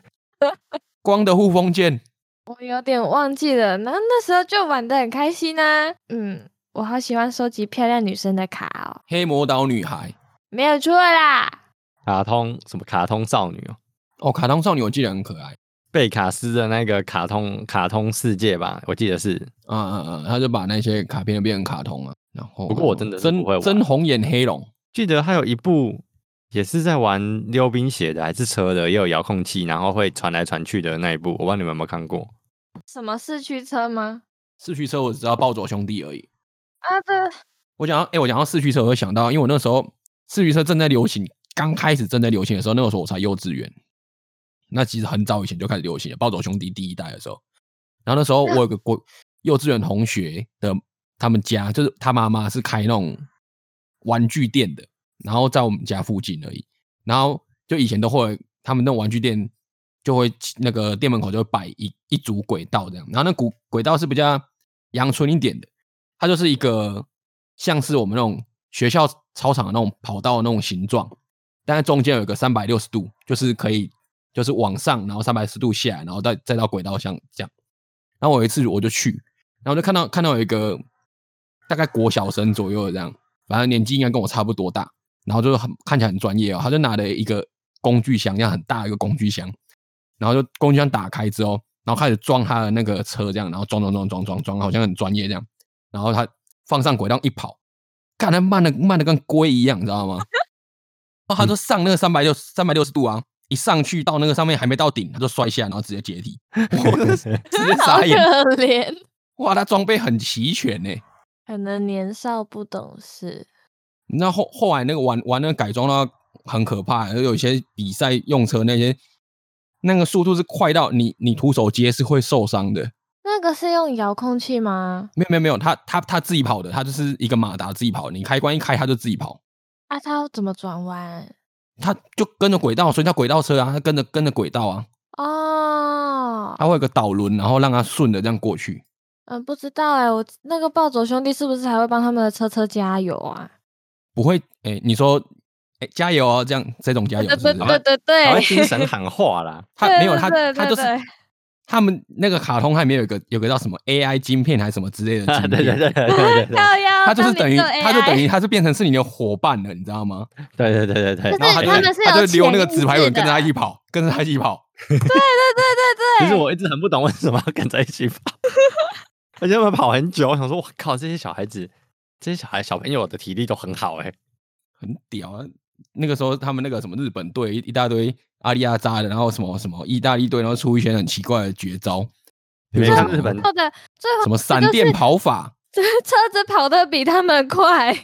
光的护风剑，
我有点忘记了，然后那时候就玩的很开心啊。嗯，我好喜欢收集漂亮女生的卡哦，
黑魔导女孩。
没有错啦。
卡通什么卡通少女哦，
哦，卡通少女我记得很可爱。
贝卡斯的那个卡通卡通世界吧，我记得是
嗯嗯嗯，他就把那些卡片都变成卡通了。然后
不过我真的是
真
不会玩
真红眼黑龙，
记得还有一部也是在玩溜冰鞋的，还是车的，也有遥控器，然后会传来传去的那一部，我不知道你们有没有看过。
什么四驱车吗？
四驱车我只知道暴走兄弟而已。
啊，这
我讲到，哎、我讲到四驱车，我会想到，因为我那时候四驱车正在流行，刚开始正在流行的时候，那个时候我才幼稚园，那其实很早以前就开始流行了，《暴走兄弟》第一代的时候。然后那时候我有个国幼稚园同学的，他们家就是他妈妈是开那种玩具店的，然后在我们家附近而已。然后就以前都会，他们那种玩具店就会那个店门口就会摆一一组轨道这样，然后那轨轨道是比较阳春一点的，它就是一个像是我们那种学校操场的那种跑道的那种形状，但是中间有一个三百六十度，就是可以就是往上，然后三百十度下来，然后再再到轨道上这样。然后我有一次我就去，然后就看到看到有一个大概国小生左右的这样，反正年纪应该跟我差不多大，然后就是很看起来很专业哦，他就拿了一个工具箱，这样很大的一个工具箱，然后就工具箱打开之后，然后开始装他的那个车这样，然后装装装装装装，好像很专业这样，然后他放上轨道一跑，干他慢的慢的跟龟一样，你知道吗？哦，他就上那个三百六三百六十度啊，一上去到那个上面还没到顶，他就摔下来，然后直接解体，我真的是直接
好
傻眼，
可怜。
哇，他装备很齐全呢。
可能年少不懂事，
你知道后后来那个玩玩那个改装到很可怕，有一些比赛用车那些，那个速度是快到你你徒手接是会受伤的。
那个是用遥控器吗？
没有没有没有，他他他自己跑的，他就是一个马达自己跑，你开关一开他就自己跑，
啊，它要怎么转弯？
他就跟着轨道，所以叫轨道车啊，他跟着跟着轨道啊，
哦，
他会有个导轮，然后让他顺着这样过去。
嗯，不知道哎、我那个暴走兄弟是不是还会帮他们的车车加油啊？
不会，哎、你说，哎、加油哦，这样这种加油
对
是
对
不是？
对对
还会
对，
精神喊话啦，
他
对
没有
对
他
对
他
对
就是
对
他们那个卡通还没有一个有个叫什么 AI 晶片还是什么之类的晶
对
片，
对对
哦
对对对对
要要，
他就是等于他
他
就等于他是变成是你的伙伴了，你知道吗？
对对对对对
就是
然后
他
他
们
就是
有
他就留那个
潜意
纸牌轮
识的
跟着他一起跑，跟着他一起跑。
其实我一直很不懂为什么要跟在一起跑， 而且他们跑很久，我想说，我靠，这些小孩子，这些小孩小朋友的体力都很好哎、
很屌啊！那个时候他们那个什么日本队一一大堆阿里亚扎的，然后什么什么意大利队，然后出一些很奇怪的绝招，比如
你没
说
看
什
日
么
本
后的最后
什么
哦这
闪
就是
电跑法，
这车子跑得比他们快，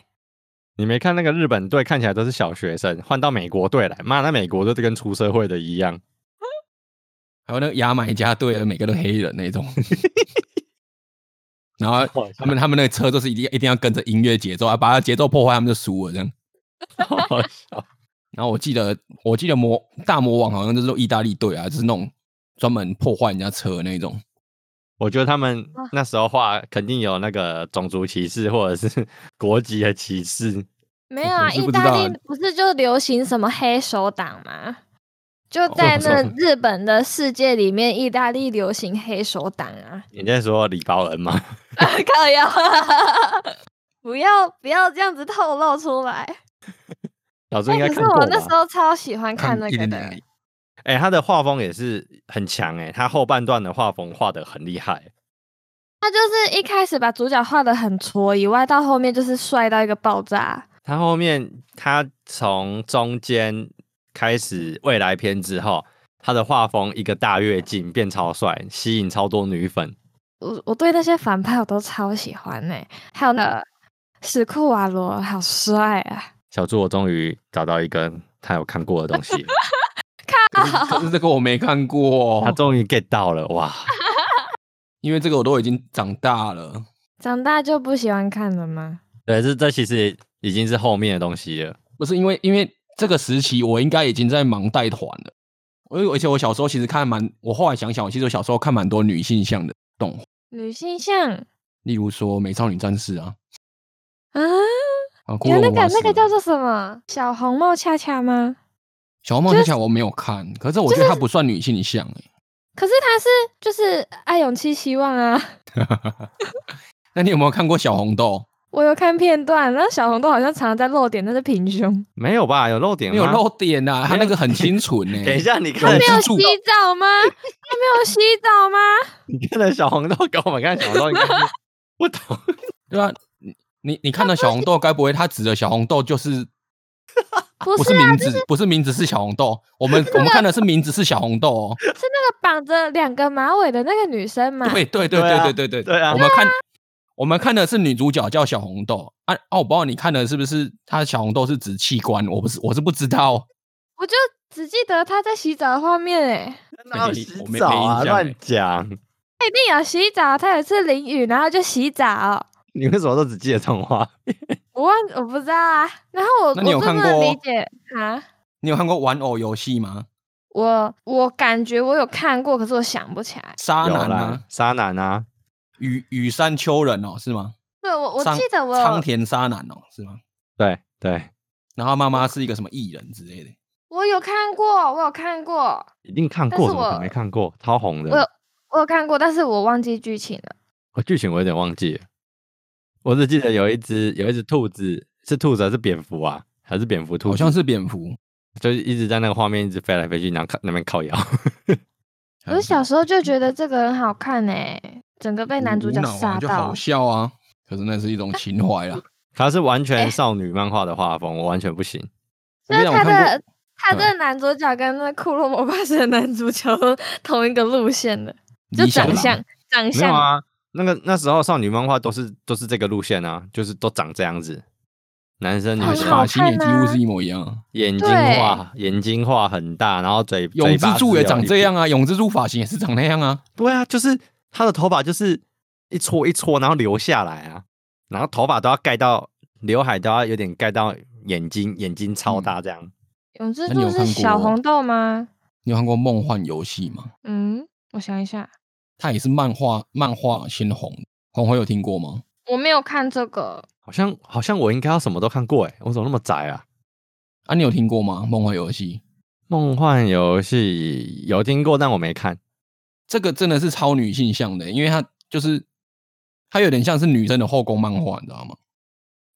你没看那个日本队看起来都是小学生，换到美国队来，妈，那美国队就跟出社会的一样。
还有那个牙买加队的每个都黑人那种。然后他们他们那个车都是一定一定要跟着音乐节奏啊，把它节奏破坏，他们就输了这样。
好好笑
然后我记得，我记得魔大魔王好像就是意大利队啊，就是那种专门破坏人家车的那种。
我觉得他们那时候画肯定有那个种族歧视或者是 国籍的歧视，
没
我
有啊？
是
意
不知
大
道
利
啊
不是就流行什么黑手党吗？就
哦
在
我
那
操
日本的世界里面，意大利流行黑手党啊！
你在说李包恩吗？
啊靠呀！ 不要不要这样子透露出来。
小猪应
哎，
该
可是
看过
我
吧？
那时候超喜欢看那
一
个
点
的
点而已
欸，
哎、他的画风也是很强哎、他后半段的画风画的很厉害。
他就是一开始把主角画的很挫，以外到后面就是帅到一个爆炸。
他后面他从中间开始未来篇之后，他的画风一个大跃进，变超帅，吸引超多女粉。
我我对那些反派我都超喜欢呢、还有呢，史库瓦罗好帅啊！
小猪，我终于找到一个他有看过的东西 了，
可是可是这个我没看过
他，终于 get 到了哇！
因为这个我都已经长大了。
长大就不喜欢看了吗？
对，这这其实已经是后面的东西了。
不是因为因为这个时期我应该已经在忙带团了，而而且我小时候其实看蛮，我后来想想，我其实我小时候看蛮多女性向的动画，
女性向
例如说《美少女战士》啊，
啊，
啊，骷
有
髅
那
娃
个
斯
那个
啊
叫做什么？小红帽恰恰吗？
小红帽恰恰我没有看，可是我觉得它不算女性向、欸，
可是他是就是爱勇气希望啊，
那你有没有看过小红豆？
我有看片段，然后小红豆好像常常在露点，但是平胸，
没有吧？有漏点
没
吗？
有露点啊，它那个很清纯欸呢、
等一下，你
有
看
没有
蜘
洗
蛛
澡吗？他没有洗澡吗？
你看的小红豆跟我们看的小红豆应该是不 同。
对啊，你你你看到小红豆，该不会他指的小红豆就是
不
不
是
是
啊，
名字，不是名字是小红豆？我们我们看的是名字是小红豆哦。
那绑着两个马尾的那个女生嘛，
对对对
对啊
对对对
对啊
我们看我们看的是女主角叫小红豆啊啊！我不知道你看的是不是她小红豆是指器官，我不是我是不知道。
我就只记得她在洗澡的画面哎。
哪有
没
洗
我没
澡啊？
没印象
乱讲！
她一定有洗澡，她有一次淋雨，然后就洗澡。
你为什么都只记得动画？
我忘我不知道啊。然后我
那你有
我真
看
的
过
理解啊，
你有看过玩偶游戏吗？
我我感觉我有看过，可是我想不起来。
沙
有
男
啦
啊，，
沙男啊，
羽羽山丘人哦，是吗？
对，我我
苍
记得我
苍
有
田沙男哦，是吗？
对对，
然后他妈妈是一个什么艺人之类的。
我有看过，我有看过，
一定看
但
过，
是
怎么可能
我
没看过？超红
我有
的，
我有看过，但是我忘记剧情了。
我剧情我有点忘记了，我只记得有一只有一只兔子，是兔子还是蝙蝠啊？还是蝙蝠兔子？
好像是蝙蝠。
就是一直在那个画面一直飞来飞去，然后靠那边靠腰。
我小时候就觉得这个很好看哎、整个被男主角
无脑啊
杀
就
到
好。笑啊。可是那是一种情怀 啦。
它是完全
哎
少女漫画的画风，我完全不行。
我
就
跟
是他
你讲，我看
的
过，嗯
他的男主角跟那库洛魔法使的男主角都 同一个路线的，就
理想
长
郎
相长
没有
相。
啊，那个那时候少女漫画都是都是这个路线啊，就是都长这样子，男生女
很
生
好
发型也几
看啊
乎是一模一样啊。
眼睛
对
画眼睛画很大，然后嘴
永之助也长这，
嘴巴是有一
样啊，永之助发型也是长那样啊。
对啊，就是他的头发就是一撮一撮，然后流下来啊，然后头发都要盖到刘海都要有点盖到眼睛，眼睛超
嗯
大这样。
永之
那你
助
有
是
看
小
过哦
红豆吗？
你有看过《梦幻游戏》吗？
嗯，我想一下，
它也是漫画，漫画先红。红红有听过吗？
我没有看这个，
好像好像我应该要什么都看过哎，我怎么那么宅啊？
啊，你有听过吗？《梦幻游戏》
梦幻游戏有听过，但我没看。
这个真的是超女性向的，因为它就是它有点像是女生的后宫漫画，你知道吗？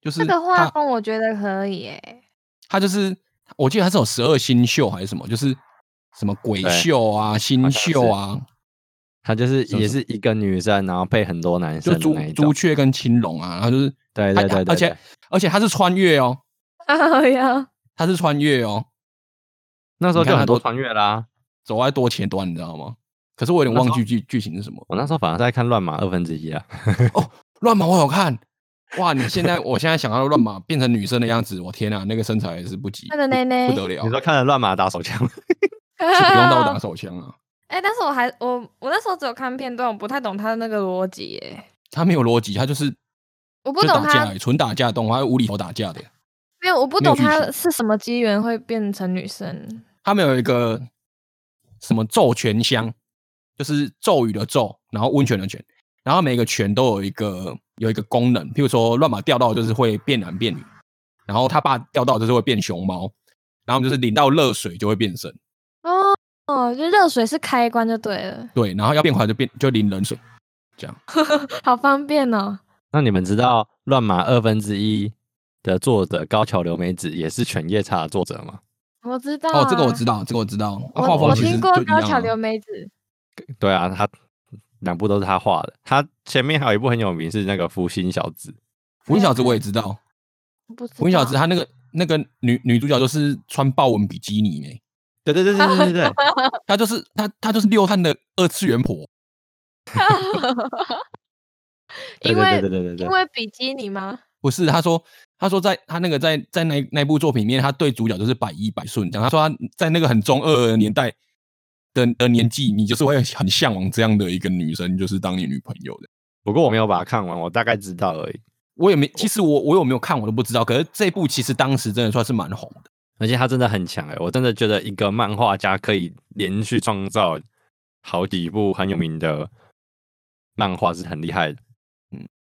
就是
这个画
它
风我觉得可以哎、
它就是我记得它是有十二星宿还是什么，就是什么鬼
对
宿啊、星
好像
宿啊，
她就是
是不
也
是
是一个女生，然后配很多男
就
生的
朱
那一
朱
种。
雀跟青龙啊，然后就是
对
它
对对对，
而且
对
而且它是穿越哦，
哎呀，
它是穿越哦，
那时候
你
就
看她
很多
都
穿越啦。
走在多前端，你知道吗？可是我有点忘记剧剧情是什么。
我那时候反而在看《乱码二分之一》啊，
乱码我有看，哇！你现 在我现在想要乱码变成女生的样子，我天啊，那个身材也是不及
他的内内
不得了
你，说看了《乱码打手枪》
是不用到打手枪啊，
哎、但是我还我我那时候只有看片段，我不太懂他的那个逻辑耶，
他没有逻辑，他就是
我不
就
懂
打
他
架而已，纯打架的动画，还有无厘头打架的，
没有，我不
没有
懂
剧
他
情
是什么机缘会变成女生。
他们有一个什么咒泉香，就是咒语的咒，然后温泉的泉，然后每个泉都有一个有一个功能，譬如说乱马钓到就是会变男变女，然后他爸钓到就是会变熊猫，然后就是淋到热水就会变身，
哦哦，就热水是开关就对了，
对，然后要变回来就变就淋冷水，这样。
好方便哦。
那你们知道《乱码二分之一》的作者高桥留美子也是《犬夜叉》的作者吗？
我知道、
哦，这个我知，道，这个我知道，啊画
啊我
风
我
其实
听过
就一
高桥
样
留
啊。
美子，
对啊，他两部都是他画的。他前面还有一部很有名是那个《福星小子》，
福音小子我也知道，
我不知道。
福音小子他那个那个女女主角就是穿豹纹比基尼呢，
对对对对 对对对，
她就是她她就是六汉的二次元婆，
对
因
对
为
对对对
因
对
为比基尼吗？
不是？她说他说在他那个在在那那部作品里面，他对主角就是百依百顺这样。他说他在那个很中二的年代的的年纪，你就是会很向往这样的一个女生，就是当你女朋友的。
不过我没有把它看完，我大概知道而已。
我也没，其实我我有没有看我都不知道。可是这部其实当时真的算是蛮红的。
而且他真的很强哎、我真的觉得一个漫画家可以连续创造好几部很有名的漫画是很厉害的，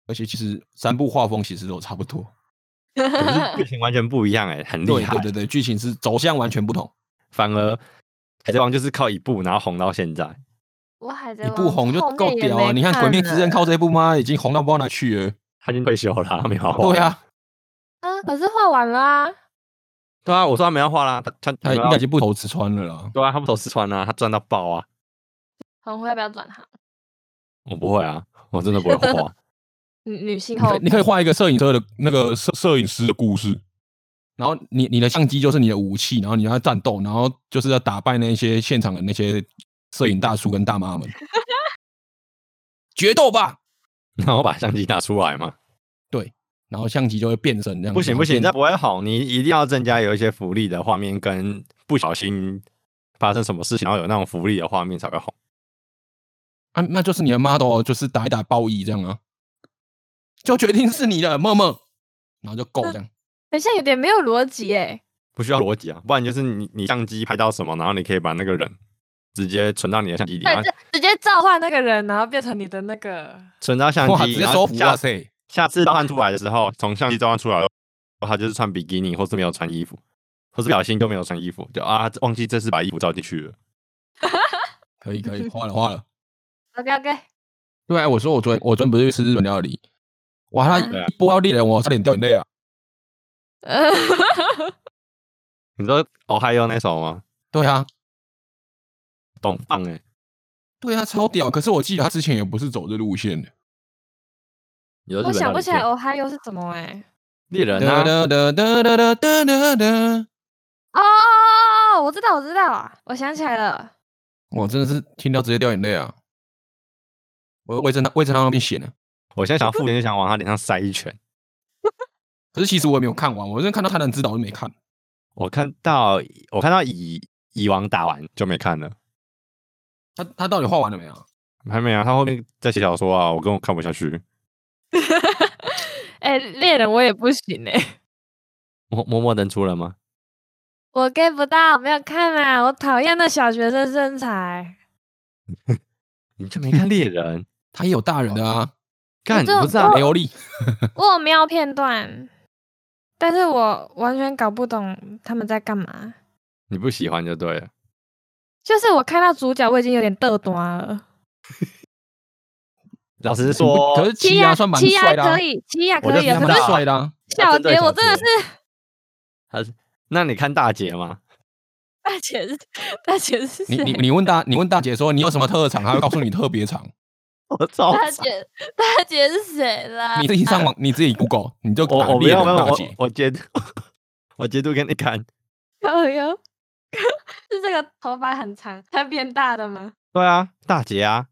而且其实三部画风其实都差不多，
可是剧情完全不一样哎、很厉
对
害。
对对对，剧情是走向完全不同，
反而海贼王就是靠一部然后红到现在，
我海贼
一
王
部红就够屌啊！你看《鬼灭之刃》靠这部吗？已经红到不知道哪去了。
他已经退休了，他没有画。
对，啊，
嗯，可是画完了啊，
对啊，我说他没有画啦，他他
他应
没有
该
要
已经不投资穿了啦。
对啊，他不投四川啊，他赚到爆啊！
很会要不要转行？
我不会啊，我真的不会 画。
女女性
你可
后
以你可以画一个摄影车的那个摄摄影师的故事，然后你你的相机就是你的武器，然后你要战斗，然后就是要打败那些现场的那些摄影大叔跟大 妈们，决斗吧！
然后把相机拿出来嘛，
然后相机就会变身这样子。
不行不行，
然
这
后
不会好，你一定要增加有一些福利的画面，跟不小心发生什么事情，然后有那种福利的画面才会红。
变啊，那就是你的 model 就是打一打包衣这样啊，就决定是你的梦梦，然后就够这样。
等一下有点没有逻辑哎，
不需要逻辑啊，不然就是你你相机拍到什么，然后你可以把那个人直接存到你的相机里，然
啊
后
对，这直接召唤那个人，然后变成你的那 个，
存到相
哇，
机，
直接
然
收
后
服！啊
下
哇
次
塞，
下次召唤出来的时候，从相机召唤出来的时候，他就是穿比基尼，或是没有穿衣服，或是不小心就没有穿衣服，就啊忘记这次把衣服照进去了。
可以可以，画了画了。
OK OK，
对啊，我说我昨天我昨天不是去吃日本料理，哇，
对啊
他一波要猎人，我差点掉眼泪啊！
呃，
你知道《哦嗨哟》那首吗？
对啊，
懂放哎、欸，
对啊，超屌！可是我记得他之前也不是走这路线的。
你说日
我
本
想
料
不
理
起来
片
哦嗨又是怎么哎，
猎人
哒
啊，
哒哒哒哒哒哒哒哒！
哦，我知道我知道，我想起来了，
我真的是听到直接掉眼泪啊！我胃在那胃在那边血呢。
我现在想要复联就想往他脸上塞一拳。
可是其实我也没有看完，我真的看到《贪婪之岛》就没看。
我看到我看到蚁蚁王打完就没看了，
他他到底画完了没有啊？
还没啊，他后面在写小说啊，我根本看不下去。
哎，猎人我也不行哎，
默默默登出了吗？
我 get 不到，没有看啊，我讨厌那小学生身材。
你就没看 猎人？
他也有大人的啊，
看，你
这
不知道
我
雷欧利。
我有瞄片段，但是我完全搞不懂他们在干嘛。
你不喜欢就对了。
就是我看到主角，我已经有点嘚哆了。
老实说，
可是七
亚
亚算蛮
奇亚
帅的啊，
可以，奇亚
我
可以
就
啊，
他
可
知
蛮
道
是
帅 的啊。
小杰我
针对
真的是
那你看大姐吗？
大姐是大姐是谁
你？你你问大你问大姐说你有什么特长，她会告诉你特别 长。
我操！
大姐大姐是谁啦？
哦
啊
你自己上网，你自己 Google，你就
我
打
我不
猎
要
人
我
大
我
姐。
我截图，我截图给你看。
哎呦，是这个头发很长，它变大的吗？
对啊，大姐啊，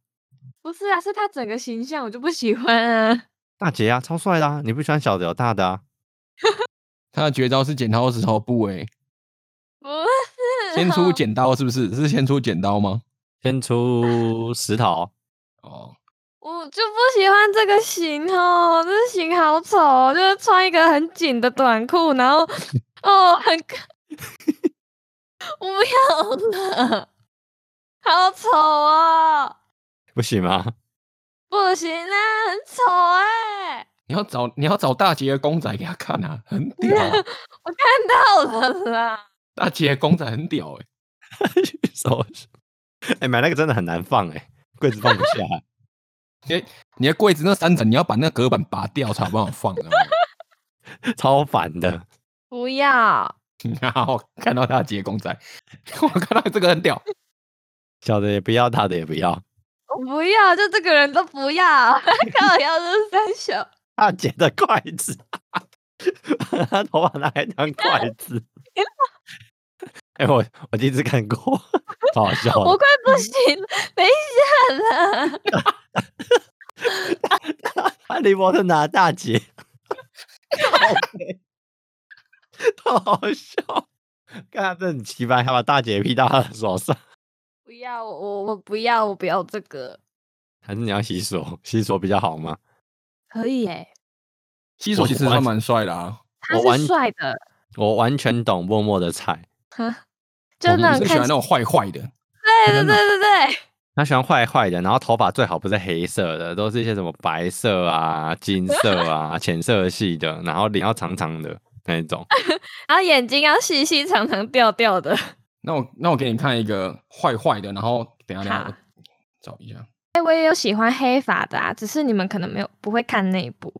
不是啊，是他整个形象我就不喜欢啊。
大姐啊，超帅的啊！你不喜欢小的有大的啊？
他的绝招是剪刀石头布、欸，
不是，
先出剪刀是不 是？是先出剪刀吗？
先出 石头，
哦，
我就不喜欢这个型哦，这个型好丑哦、就是穿一个很紧的短裤，然 后哦，很， 我不要了，好丑哦，
不行吗？
不行啊，很丑哎、
你要找你要找大姐的公仔给他看啊，很屌 啊、
我看到了啦，
大姐的公仔很屌哎、
手，哎，买那个真的很难放哎、柜子放不下。
你的柜子那三层，你要把那隔板拔掉才有办法放。啊知道
超烦的。
不要，
吗然后看到大姐的公仔， 我看到这个很屌，
小的也不要，大的也不要。
我不要，就这个人都不要， 看我要是三小，
大姐的筷子，把她头发拿来当筷子。哎、我我第一次看过，超好笑的。
我快不行，等一下啦，
哈利波特拿大姐，太好笑。看这很奇葩，还把大姐 P 到他的手上，
不要，我我我不要，我不要这个，
还是你要洗手？洗手比较好吗？
可以诶、
西索其实算蛮帅的啊，
他
我完
是帅的，
我完全懂默默的菜，
真的
我
很
是喜
看
欢那
起，
种坏坏的，
对对
真的
对对对，
他喜欢坏坏的，然后头发最好不是黑色的，都是一些什么白色啊、金色啊、浅色系的，然后脸要长长的那一种。
然后眼睛要细细长长吊吊的。
那我那我给你看一个坏坏的，然后等一下
好
等一下我找一下，
哎、我也有喜欢黑发的啊，只是你们可能没有不会看那一部。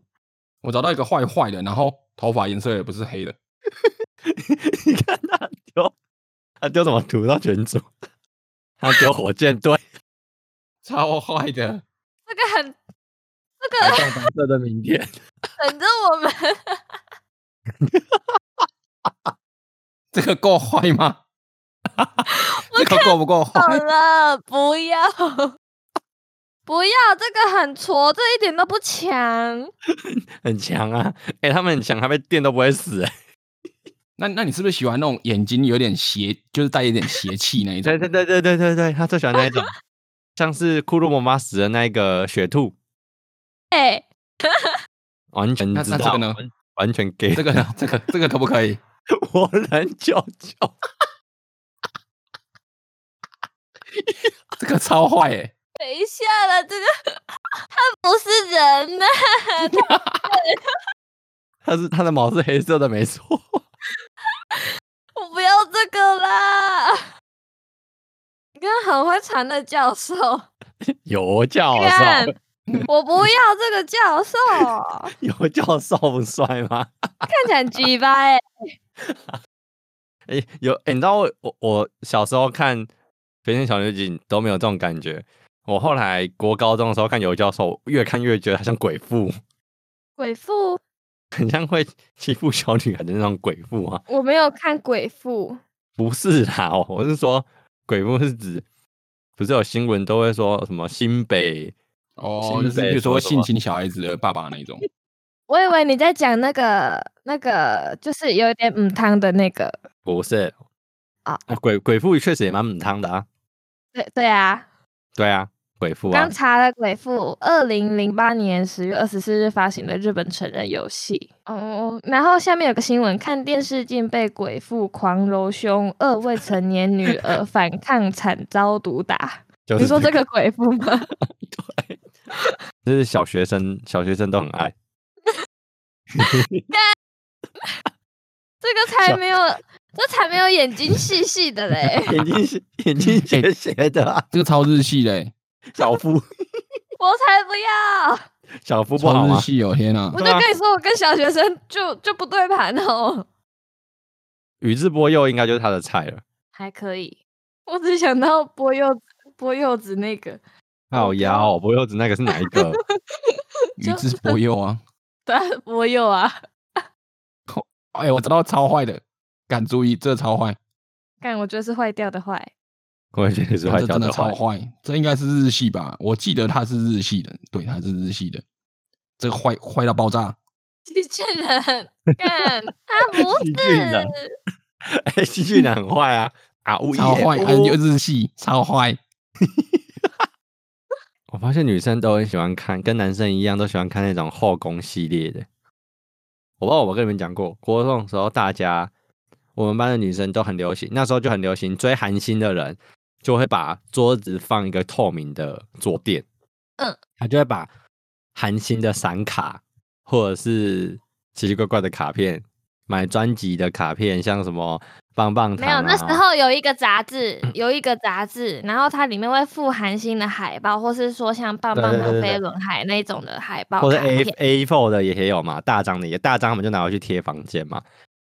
我找到一个坏坏的，然后头发颜色也不是黑的，
你看他丢，他丢什么图到群主？他丢火箭队，
超坏的，
这个很
还放白色的名片。
等着我们，
这个够坏吗？ 这个够不够
好
哦
坏？
了，不要，不要，这个很挫，这一点都不强。
很强啊！哎、他们很强，他被电都不会死、欸。
那那你是不是喜欢那种眼睛有点邪，就是带一点邪气那一种
对？对对对对对对，他最喜欢 那一种，像是库洛魔法死的那一个雪兔，
哎、
完全
那
知
那
道，
这个呢
完完全给
这个呢？这个这个可不可以？
我人舅舅，
这个超坏哎、
等一下了，这个 他不是人呐、
他是他的毛是黑色的，没错。
我不要这个啦。你跟很会传的教授，
尤教
干
授，
我不要这个教授，
尤教授不帅吗？
看 起来很鸡巴哎、
哎、有哎、你知道我我我小时候看《飞天小女警》都没有这种感觉，我后来国高中的时候看尤教授，越看越觉得他像鬼父。
鬼父，
很像会欺负小女孩的那种鬼父啊？
我没有看鬼父，
不是啦，哦我是说鬼父是指，不是有新闻都会说什么新北
哦，
新
就是
北
比如说
说什
性
么
侵小孩子的爸爸那一种，
我以为你在讲那个那个，就是有点母汤的那个。
不是
啊？
鬼鬼父确实也蛮母汤的啊，
对对啊，
对啊，鬼父啊
刚，查了《鬼父》，二零零八年十月二十四日发行的日本成人游戏。哦，然后下面有个新闻，看电视竟被鬼父狂揉胸，二未成年女儿反抗惨遭毒打。
就
你
是
说这个鬼父 吗？
就是小学生，小学生都很爱。
这个才
小
没有，这才没有眼睛细细的嘞
。眼睛斜眼睛斜斜的、啊，
这个超日系欸嘞、
小夫
我才不要！
小夫不好
超日
吗？
系哦，天啊
我！就
对啊
跟你说，我跟小学生就就不对盘哦。
宇智波鼬应该就是他的菜了。
还可以，我只想到剥柚子，剥柚子那个。
好呀，
靠
哦，波柚子那个是哪一 个？
宇智波鼬啊，
对啊，我有啊，
哎，我知道超坏的，敢注意，这超坏，
但我觉得是坏掉的坏。
我也觉得是坏
这
掉
真的
坏
超。坏，这应该是日系吧？我记得它是日系的，对，它是日系的，这个坏坏到爆
哦
炸，
机器人 干他啊不
机器
是
人， 哎，戏剧男很坏啊！啊呜耶！
超坏，还有
呜
日系，超坏，
我发现女生都很喜欢看，跟男生一样都喜欢看那种后宫系列的。我不知道我有没有跟你们讲过，国中的时候大家我们班的女生都很流行，那时候就很流行追韩星的人，就会把桌子放一个透明的坐垫，
嗯，
他就会把韩星的闪卡或者是奇奇怪怪的卡片。买专辑的卡片，像什么棒棒
没
糖、啊、嗯
有。那时候有一个杂志，有一个杂志，然后它里面会附韩星的海报，或是说像棒
对
棒
对
糖、
对对
飞轮海那种的海报
或者
卡
A
片。
A four 的也有嘛，大张的也大张，他们就拿回去贴房间嘛。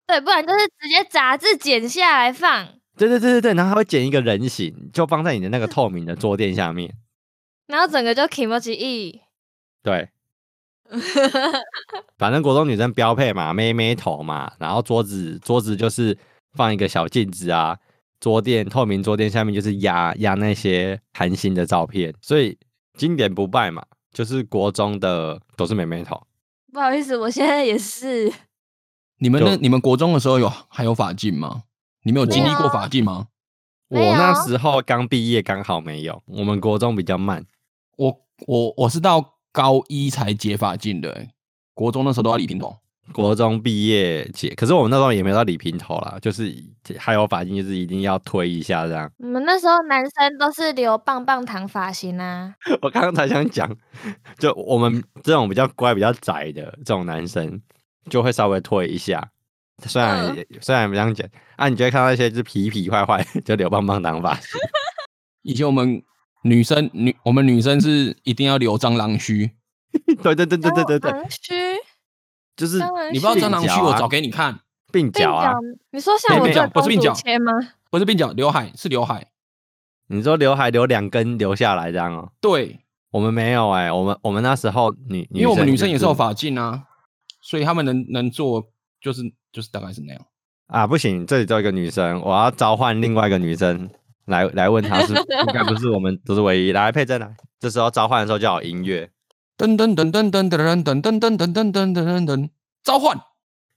对，不然就是直接杂志剪下来放，
对对对对对，然后他会剪一个人形，就放在你的那个透明的桌垫下面。
然后整个就 Kimochi E。
对， 反正国中女生标配嘛，妹妹头嘛，然后桌子桌子就是放一个小镜子啊，桌垫透明桌垫下面就是压压那些韩星的照片，所以经典不败嘛，就是国中的都是妹妹头。
不好意思，我现在也是。
你们那
就
你们国中的时候有还有法禁吗？你们有经历
没
过
有
法禁吗？
我
没有
那时候刚毕业，刚好没有。我们国中比较慢，
我我我是到高一才解法禁的、欸，国中那时候都要理平头。
国中毕业解，可是我们那时候也没有到理平头啦，就是还有法禁，就是一定要推一下这样。
我们那时候男生都是留棒棒糖发型啊，
我刚刚才想讲，就我们这种比较乖、比较宅的这种男生，就会稍微推一下。虽然、虽然不这样讲啊，你就会看到一些就是痞痞坏坏， 就留棒棒糖发型。
以前我们女生女我们女生是一定要留蟑螂须，
对对对对对对对，
长须
就是
蟑螂
你不知道
须
蟑螂须，我找给你看，
鬓
鬓角啊
角。，你说像
没
我
没
这
有不是鬓角
公主切吗？
不是鬓角，刘海是刘海，
你说刘海留两根留下来这样哦？
对，
我们没有哎、我们我们那时候女，
因为我们女生也是
就
有法禁啊，所以他们能能做就是就是大概是那样。
啊，不行，这里只有一个女生，我要召唤另外一个女生来来 问她是应该不是我们不是唯一。来，佩珍来，这时候召唤的时候就要有音乐。
噔噔噔噔噔噔噔噔噔噔噔噔噔噔噔，召唤！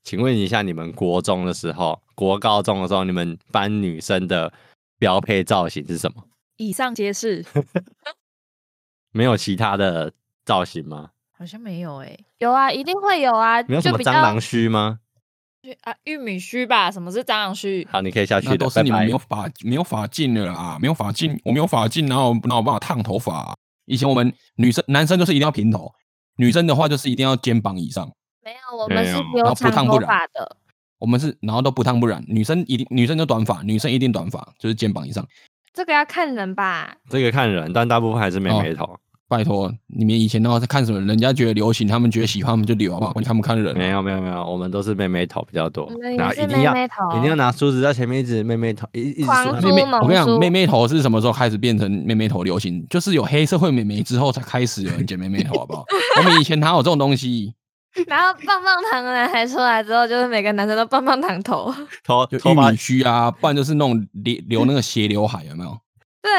请问一下，你们国中的时候，国高中的时候，你们班女生的标配造型是什么？
以上皆是，
没有其他的造型吗？
好像没有哎、
有啊，一定会有啊，
没有什
就
么
比
蟑
较
螂须吗？
啊，玉米须吧？什么是蟑螂须？
好，你可以下去
那
了，
都是
拜
你们
拜
没有。法没有法禁的啦，没有法禁，我没有法禁，然后然后我办法烫头发啊、以前我们女生男生就是一定要平头，女生的话就是一定要肩膀以上。
没有，我
没
们是
有
然后
留
不
长
烫
头
不染
发
啊
的，
我们是然后都不烫不染，女生一定女生就短发，女生一定短发，就是肩膀以上。
这个要看人吧。
这个看人，但大部分还是妹
哦
妹头。
拜托，你们以前的话在看什么？人家觉得流行，他们觉得喜欢，他们就留好不好？管他们看人啊、
没有没有没有，我们都是妹妹头比较多
我，们
然
也
哦后一
是
定
妹
要
妹头，
一定要拿梳子在前面一直妹妹头，一一直梳
狂
她
妹妹，
猪猛
我跟你
猪
讲，妹妹头是什么时候开始变成妹妹头流行？就是有黑社会妹妹之后才开始有人剪妹妹头，好不好？我们以前哪有这种东西？
然后棒棒糖男孩出来之后，就是每个男生都棒棒糖头。
头
就
头
玉
发
米须啊，不然就是那种留留那个斜刘海，有没有？
对，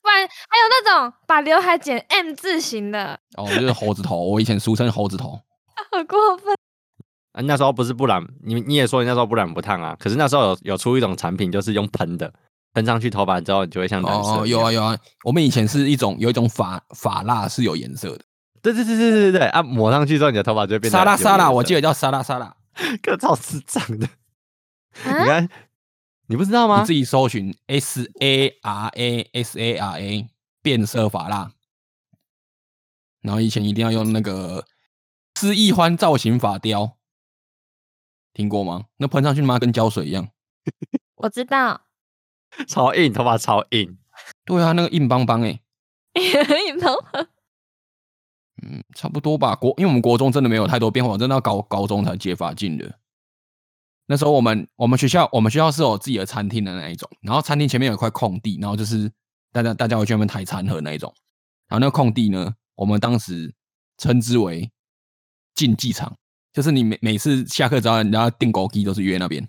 不然还有那种把刘海剪 M 字形的，
哦，就是猴子头，我以前俗称猴子头。
好过分。
啊，那时候不是不染，你你也说你那时候不染不烫啊，可是那时候有有出一种产品，就是用喷的，喷上去头发之后，你就会像男生。
哦，有啊，有啊，我们以前是一种有一种发发蜡是有颜色的，
对对对对对对对啊，抹上去之后，你的头发就会变
沙拉沙拉，我记
得
得叫沙拉沙拉。
个超智障的，你
啊，
看你不知道
你
吗
自？己搜寻 S A R A S A R A 变色法蜡，然后以前一定要用那个思意欢造型法雕，听过吗？那喷上去他妈跟胶水一样。
我知道，
超硬，头发超硬，
对啊，那个硬邦邦哎、
你们
嗯，差不多吧。国因为我们国中真的没有太多变化，我真的要搞高中才解法禁的。那时候我们我们学校我们学校是有自己的餐厅的那一种，然后餐厅前面有一块空地，然后就是大家大家会去那边抬餐盒那一种。然后那个空地呢，我们当时称之为竞技场，就是你每每次下课只要人家订狗鸡都是约那边，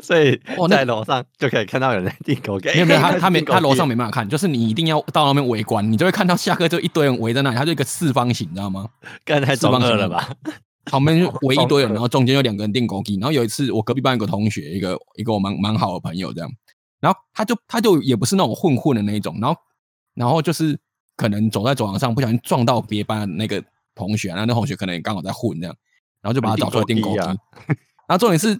所以
哦那
在楼上就可以看到有人在哎订狗。
没有没有 他他没
没
他楼上没办法看，就是你一定要到那边围观，你就会看到下课就一堆人围在那里，它就一个四方形，你知道吗？
干太中二了吧？
旁边就围一堆人，然后中间有两个人订枸杞。然后有一次，我隔壁班有个同学，一个一个我蛮蛮好的朋友这样，然后他就他就也不是那种混混的那一种，然后然后就是可能走在走廊上不小心撞到别班的那个同学，然后那同学可能也刚好在混这样，然后就把他找出来订枸
订
杞。
枸杞啊
然后重点是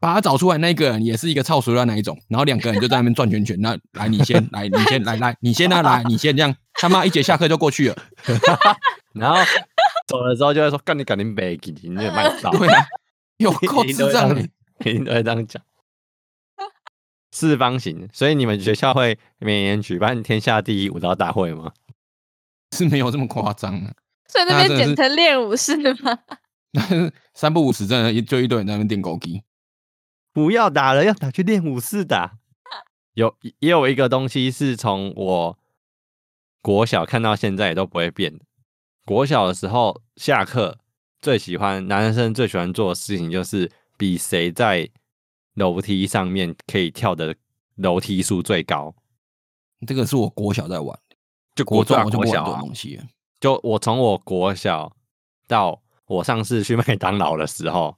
把他找出来那个人也是一个超熟的那一种，然后两个人就在那边转圈圈，那来你先 来你先来来你先啊来你先这样，他妈一节下课就过 去了。
然后走了之后就会说：“干你赶紧北京，你也卖骚。”
对啊，有够
一定
智
都会
障欸
这
的
样。一 定都会这样讲。四方形，所以你们学校会每年举办天下第一舞蹈大会吗？
是没有这么夸张啊。
所以那
那
边
真的
剪
是
成练武士吗？
但是三不五时，真的就一堆人在那边订狗机。
不要打了，要打去练武士打。有也有一个东西是从我国小看到现在也都不会变的。国小的时候下课最喜欢男生最喜欢做的事情就是比谁在楼梯上面可以跳的楼梯数最高。
这个是我国小在玩，
就
国中
中啊
我就
国
不玩
小
这种
啊
东西了。
就我从我国小到我上次去麦当劳的时候，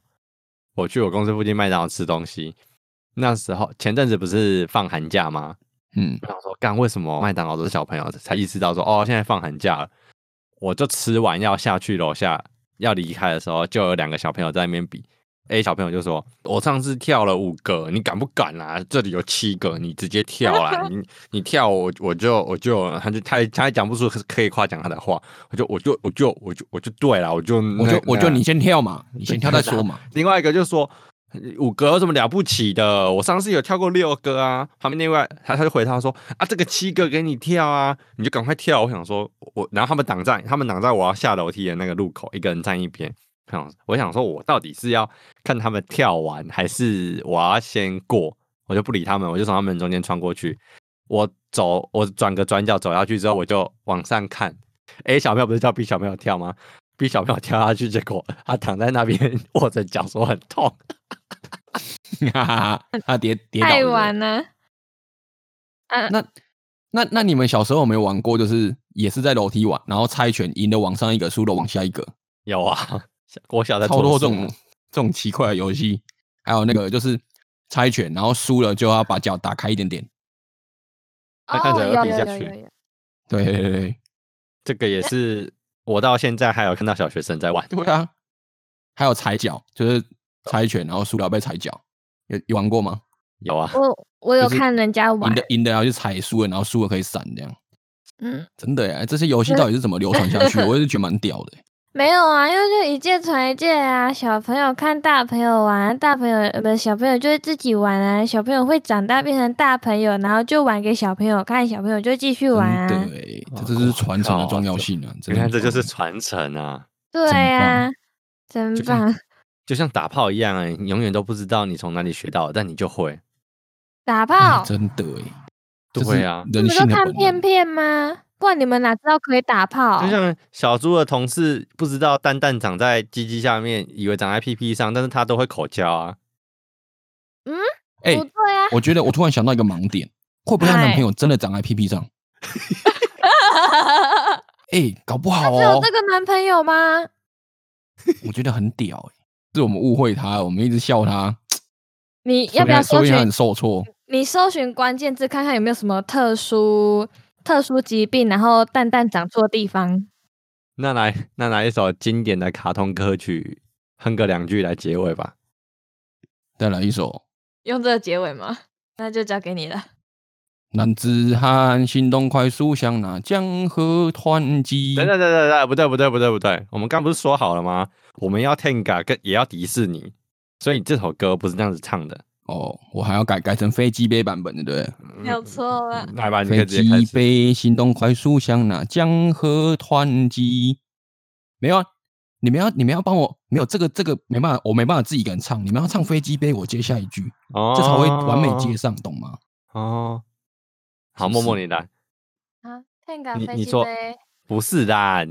我去我公司附近麦当劳吃东西，那时候前阵子不是放寒假吗？
嗯，
我想说，干为什么麦当劳都是小朋友才意识到说，哦，现在放寒假了。我就吃完要下去楼下要离开的时候，就有两个小朋友在那边比。A 小朋友就说：“我上次跳了五个，你敢不敢啊？这里有七个，你直接跳啦！你你跳我我就我就他就他他也讲不出可以夸奖他的话，我就我就我就我就我就对啦，我就
我
嗯那
就我就
那
你先跳嘛，你先跳再说 嘛。
另外一个就说五个有什么了不起的？我上次有跳过六个啊。旁边另外他他就回他说啊，这个七个给你跳啊，你就赶快跳。我想说，我然后他们挡在他们挡在我要下楼梯的那个路口，一个人站一边。我想我想说，我到底是要看他们跳完，还是我要先过？我就不理他们，我就从他们中间穿过去。我走，我转个转角走下去之后，我就往上看。A 小朋友不是叫 B 小朋友跳吗？逼小朋友跳下去，结果他躺在那边握着脚说很痛。
哈哈哈，他跌跌倒了
太晚了。啊，
那那那你们小时候有没有玩过？就是也是在楼梯玩，然后猜拳，赢的往上一个，输的往下一个，
有啊，我小在
超多这
做事
种 这种奇怪的游戏。还有那个就是猜拳，然后输了就要把脚打开一点点。
那看起
哦，
来
有
会
有
比下
有
去
有有，
对对对对，
这个也是我到现在还有看到小学生在玩。
对啊。还有踩脚，就是猜拳，然后输了被踩脚，有有玩过吗？
有啊，
我我有
就是
看人家玩
赢的，赢的要去踩，输了然后输了可以闪这样。
嗯，
真的呀，这些游戏到底是怎么流传下去的？我也是觉得蛮屌的。
没有啊，因为就一届传一届啊，小朋友看大朋友玩，大朋友呃不是小朋友就会自己玩啊，小朋友会长大变成大朋友，然后就玩给小朋友看，小朋友就继续玩啊
真，的欸，
哇
这就是传承的重要性啊！
你
真的
看这就是传承啊，
对啊，真
就像
棒，
就像打炮一样啊、你永远都不知道你从哪里学到的，但你就会。
打
哎
炮，
真的哎，
对啊，
这
哦你
是
们都
人性的
看
本
片
能。
片吗？不然你们哪知道可以打炮
啊
就？像小猪的同事不知道蛋蛋长在鸡鸡下面，以为长在屁屁上，但是他都会口交啊。
哎
不，对啊，
我觉得我突然想到一个盲点，会不会她男朋友真的长在屁屁上？哎，搞不好
只有
哦
这，个男朋友吗？
我觉得很屌哎，是我们误会他，我们一直笑他，
你要不要嗯
说
搜
不定
寻
他很受挫？
你搜寻关键字看看有没有什么特殊特殊疾病，然后蛋蛋长错地方。
那来那来一首经典的卡通歌曲，哼个两句来结尾吧。
再来一首
用这个结尾吗？那就交给你了。
《男子汉行动快速像那江河湍急
等》。等等等等，不对不对不对不对，我们刚不是说好了吗？我们要 Tenga 跟也要迪士尼，所以这首歌不是这样子唱的。
哦，我还要改改成飞机杯版本，对不对？
嗯
没有错啦，
来吧，你可
飞
以直接开
机
始。
杯，行动快速像那江河湍急。没有啊，你们要你们要帮我，没有这个这个没办法，我没办法自己一个人唱，你们要唱飞机杯，我接下一句，
哦
这才会完美接上，懂吗？
哦。好，
是不
默
是
默你来，
啊，看个
你
飞
你
机
说
杯，
不是啦，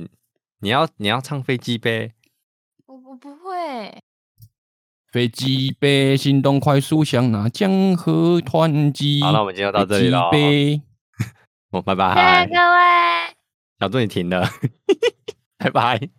你要你要唱飞机杯，
我我不会，
飞机杯，行动快速像那江河湍急。
好那我们今天就到这里咯
飞机杯，
哦，拜
谢谢
拜
各。位。
小杜你停了，拜拜。